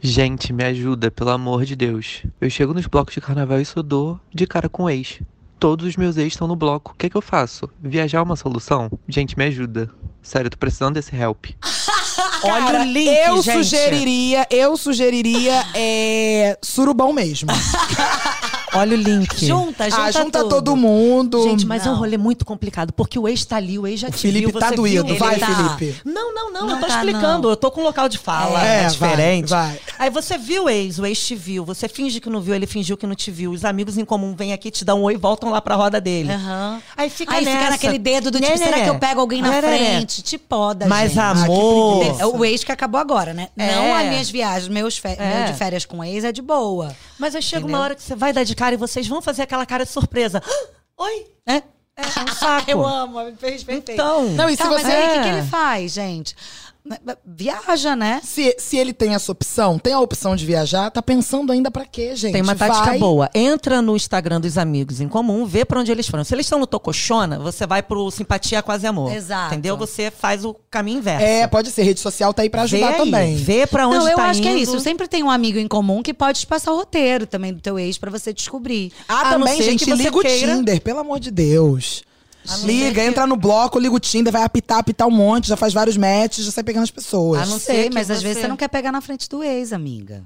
Gente, me ajuda, pelo amor de Deus. Eu chego nos blocos de carnaval e só dou de cara com ex. Todos os meus ex estão no bloco. O que é que eu faço? Viajar é uma solução? Gente, me ajuda. Sério, eu tô precisando desse help. Ah, Olha, o link, eu gente. sugeriria, eu sugeriria é, surubão mesmo. Olha o link. Junta, junta, ah, junta tudo. todo mundo. tá Gente, mas é um Não. rolê muito complicado, porque o ex tá ali, o ex já o te Felipe viu, tá você doído. viu, Vai, ele tá- Felipe. Não, não, não, Não eu tô tá, explicando. não. Eu tô com local de fala, é, vai, diferente. Vai, Aí você viu o ex, o ex te viu, você finge que não viu, ele fingiu que não te viu. Os amigos em comum vêm aqui, te dão um oi e voltam lá pra roda dele. Aham. É. Aí fica Aí nessa. fica naquele dedo do tipo, Né, né, será né? que eu pego alguém na Né, né, né. frente? Te poda, Mas gente. Ah, amor. É o ex que acabou agora, né? É. Não as minhas viagens, meus fe- É. meu de férias com ex é de boa. Mas aí chega Entendeu? uma hora que você vai dar de cara e vocês vão fazer aquela cara de surpresa. Ah, Oi! É. É, é um saco. amo, me fez perfeito. Então. Não, e se tá, mas você- aí o que, que É. ele faz, gente? Viaja, né? Se, se ele tem essa opção, tem a opção de viajar, tá pensando ainda pra quê, gente? Tem uma tática Vai. boa. Entra no Instagram dos amigos em comum, vê pra onde eles foram. Se eles estão no Tocochona, você vai pro Simpatia Quase Amor. Exato. Entendeu? Você faz o caminho inverso. É, pode ser. Rede social tá aí pra vê ajudar aí, também. Vê pra onde Não, eu tá acho que é indo. isso. Sempre tem um amigo em comum que pode te passar o roteiro também do teu ex pra você descobrir. Ah, A não também, ser gente, que tá você liga queira- o Tinder, pelo amor de Deus. A não ser Liga, que- entra no bloco, liga o Tinder, vai apitar, apitar um monte, já faz vários matches, já sai pegando as pessoas. Ah, não Não sei, sei que mas às vezes você- você não quer pegar na frente do ex, amiga.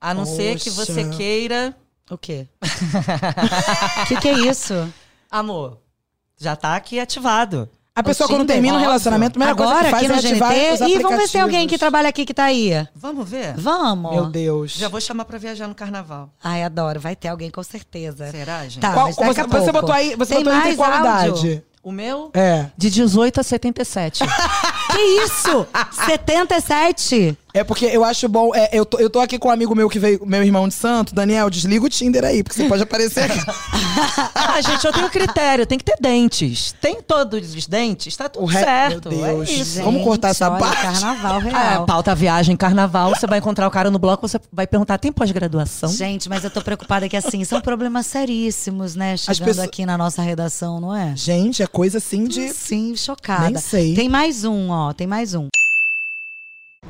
A não ser que Poxa. você queira. O quê? O que, que é isso? Amor, já tá aqui ativado. A pessoa, O Tinder, quando termina o óbvio. relacionamento, a primeira coisa Agora, que faz aqui é no ativar os GNT. Ih, vamos ver se tem alguém que aplicativos. trabalha aqui que tá aí. Vamos ver? Vamos. Meu Deus. Já vou chamar pra viajar no carnaval. Ai, adoro. Vai ter alguém com certeza. Será, gente? Tá, Qual- mas daqui você, a você pouco. botou aí, você Tem botou aí mais tem qual idade? áudio? O meu? É. De 18 a 77. Que isso? 77? É porque eu acho bom. é, eu, tô, eu tô aqui com um amigo meu que veio, meu irmão de santo, Daniel, desliga o Tinder aí, porque você pode aparecer aqui. ah, gente, eu tenho critério. Tem que ter dentes. Tem todos os dentes, tá tudo O re- certo. Meu Deus. É isso. Vamos cortar essa olha, parte? carnaval Ah, real. pauta viagem, carnaval, você vai encontrar o cara no bloco, você vai perguntar, tem pós-graduação? Gente, mas eu tô preocupada que assim, são problemas seríssimos, né? Chegando pessoas- aqui na nossa redação, não é? Gente, é coisa assim de. Sim, chocada. Nem sei. Tem mais um, ó. Tem mais um.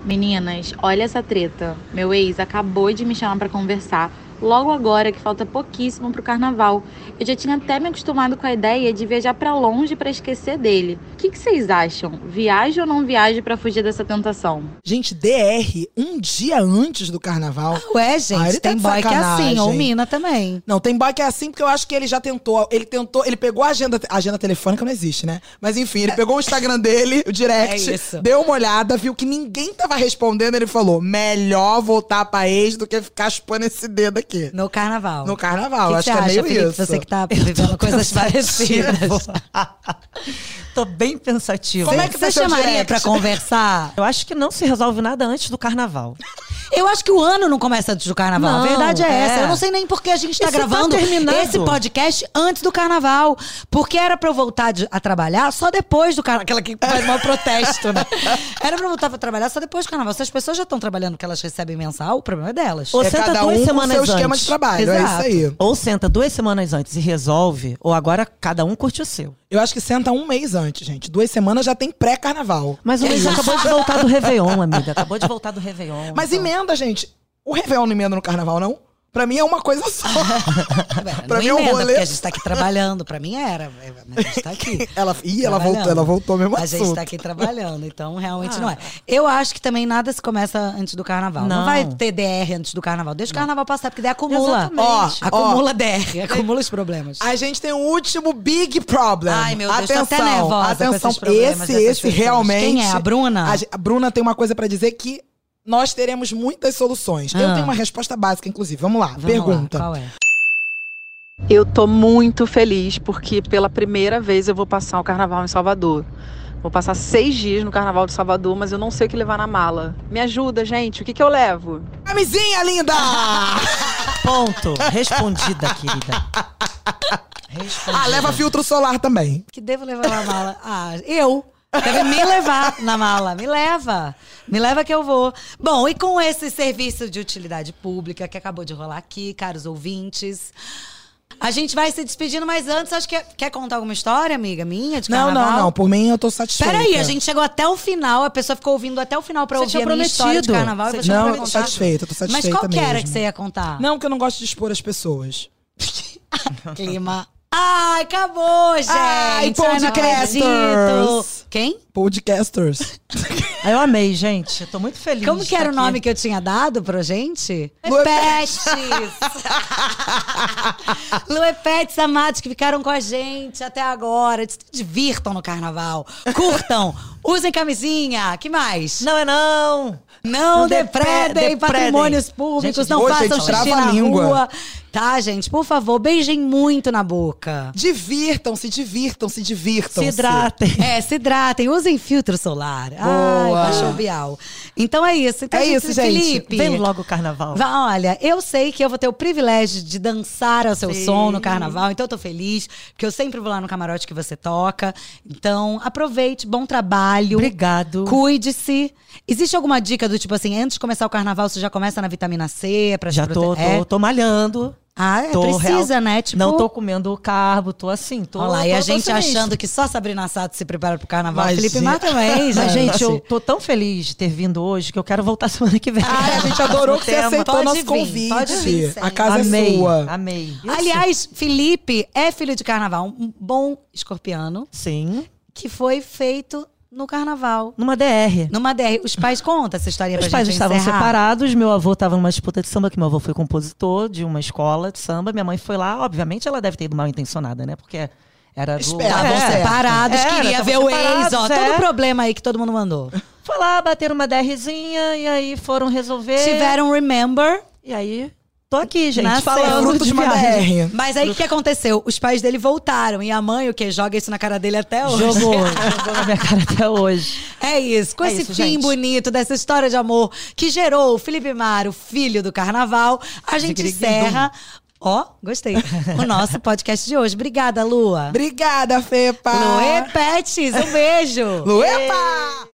Meninas, olha essa treta. Meu ex acabou de me chamar pra conversar. Logo agora que falta pouquíssimo pro carnaval. Eu já tinha até me acostumado com a ideia de viajar pra longe pra esquecer dele. O que, que vocês acham? Viaje ou não viaje pra fugir dessa tentação? Gente, DR, um dia antes do carnaval. Ué, Ah, gente, ele tá tem de boy que é assim, sacanagem. ou mina também. Não, tem boy que é assim porque eu acho que ele já tentou. Ele tentou, ele pegou a agenda, a agenda telefônica não existe, né? Mas enfim, ele pegou o Instagram dele, o direct, É isso. deu uma olhada, viu que ninguém tava respondendo, ele falou: "Melhor voltar pra ex do que ficar chupando esse dedo aqui". No carnaval. No O carnaval, que acho você que é acha, meio Felipe, isso. Você que tá vivendo coisas parecidas. Tô bem pensativa. Como é que Você tá seu chamaria direct? pra conversar? Eu acho que não se resolve nada antes do carnaval. Eu acho que o ano não começa antes do carnaval. a Não, verdade é, é. essa. Eu não sei nem por que a gente tá Isso tá gravando terminando. esse podcast antes do carnaval. Porque era pra eu voltar de- a trabalhar só depois do carnaval. Aquela que faz mal protesto, né? Era pra eu voltar pra trabalhar só depois do carnaval. Se as pessoas já estão trabalhando que elas recebem mensal, o problema é delas. Ou É senta cada duas um com semanas seu esquema antes. de trabalho, Exato. é isso aí. Ou senta duas semanas antes e resolve, ou agora cada um curte o seu. Eu acho que senta um mês antes, gente. Duas semanas já tem pré-carnaval. Mas o Luiz acabou de voltar do Réveillon, amiga. Acabou de voltar do Réveillon. É Mas então. emenda, gente. O Réveillon não emenda no carnaval, não? Pra mim é uma coisa só. pra não mim é um emenda, rolê. porque a gente tá aqui trabalhando. Pra mim era. Mas a gente tá aqui. Ela, ih, ela Trabalhando. voltou, ela voltou mesmo A gente Um assunto. Ah. tá aqui trabalhando, então realmente não é. Eu acho que também nada se começa antes do carnaval. Não, Não. vai ter DR antes do carnaval. Deixa o carnaval passar, porque daí acumula. Exatamente. Ó, acumula DR, acumula os problemas. A gente tem o último big problem. Ai, meu Deus, tô atenção, até nervosa com Atenção, esses problemas, essas esse, esse questões. realmente. Quem é? A Bruna? A, ge- a Bruna tem uma coisa pra dizer que nós teremos muitas soluções. Eu Ah. tenho uma resposta básica, inclusive. Vamos lá, Vamos pergunta. lá, qual é? Eu tô muito feliz porque pela primeira vez eu vou passar o carnaval em Salvador. Vou passar seis dias no carnaval de Salvador, mas eu não sei o que levar na mala. Me ajuda, gente, o que, que eu levo? Camisinha linda! Ponto. Respondida, querida. Respondida. ah, leva filtro solar também. Que devo levar na mala? Ah, eu. Deve me levar na mala. Me leva. Me leva que eu vou. Bom, e com esse serviço de utilidade pública que acabou de rolar aqui, caros ouvintes. A gente vai se despedindo, mas antes, acho que. é- Quer contar alguma história, amiga minha? De Não, carnaval? não, não. Por mim, eu tô satisfeita. Peraí, a gente chegou até o final, a pessoa ficou ouvindo até o final pra Você ouvir tinha a minha história de prometido. carnaval. Você e você tinha Não, eu vai tô contar. satisfeita, eu tô satisfeita Mas qual que era mesmo. que você ia contar? Não, porque eu não gosto de expor as pessoas. Clima. Ai, acabou, gente! Ai, não acredito. podcasters. Quem? Podcasters. Aí eu amei, gente. Eu tô muito feliz. Como de que era estar o nome aqui. que eu tinha dado pra gente? tá Lua Luepetes! Luepetes amados que ficaram com a gente até agora. Se Divirtam no carnaval. Curtam. Usem camisinha. que mais? Não é não. Não, Não depredem, depredem. patrimônios públicos. Gente, não hoje, façam gente, xixi trava a na língua. rua. Tá, gente? Por favor, beijem muito na boca. Divirtam-se, divirtam-se, divirtam-se. Se hidratem. É, se hidratem, usem filtro solar. Boa. Ai, baixou o Bial. Então é isso. Então, É isso, gente. Felipe. Vem logo o carnaval. Vá, olha, eu sei que eu vou ter o privilégio de dançar ao seu Sim. som no carnaval, então eu tô feliz, porque eu sempre vou lá no camarote que você toca. Então, aproveite, bom trabalho. Obrigado. Cuide-se. Existe alguma dica do tipo assim, antes de começar o carnaval, você já começa na vitamina C pra se Já tô, tô, prote- É. tô malhando. Ah, é, tô precisa, real- né? Tipo, Não tô comendo carbo, tô assim, tô. Olha lá, tô, e a tô gente feliz. achando que só Sabrina Sato se prepara pro carnaval. Mas, Felipe gente- Mata também, gente. Mas, gente, eu tô tão feliz de ter vindo hoje que eu quero voltar semana que vem. Ah, Ai, a gente adorou que você Tema. aceitou Pode nosso vir, convite. pode vir, sim. a casa amei, é sua. Amei. Isso. Aliás, Felipe é filho de carnaval, um bom escorpiano, Sim. que foi feito no carnaval. Numa DR. Numa DR. Os pais contam essa historinha Meus pra pais gente estavam encerrar. separados, meu avô estava numa disputa de samba, que meu avô foi compositor de uma escola de samba. Minha mãe foi lá, obviamente ela deve ter ido mal intencionada, né? Porque era do... Espera, Estavam É. separados, Era, queria estavam ver o ex, ó. separados, Todo é. problema aí que todo mundo mandou. Foi lá, bateram uma DRzinha e aí foram resolver. Tiveram remember, E aí, tô aqui, gente, Nasceu. falando Fruto de uma viagem. DR. mas aí o que aconteceu? Os pais dele voltaram e a mãe, o que joga isso na cara dele até hoje. Jogou, jogou na minha cara até hoje. É isso, com É esse isso, fim gente. bonito dessa história de amor que gerou o Felipe Mário, filho do carnaval, a gente Zigriguidum. encerra. Ó, gostei. O nosso podcast de hoje. Obrigada, Lua. Obrigada, Fepa. Lua Petis, um beijo. Luepa!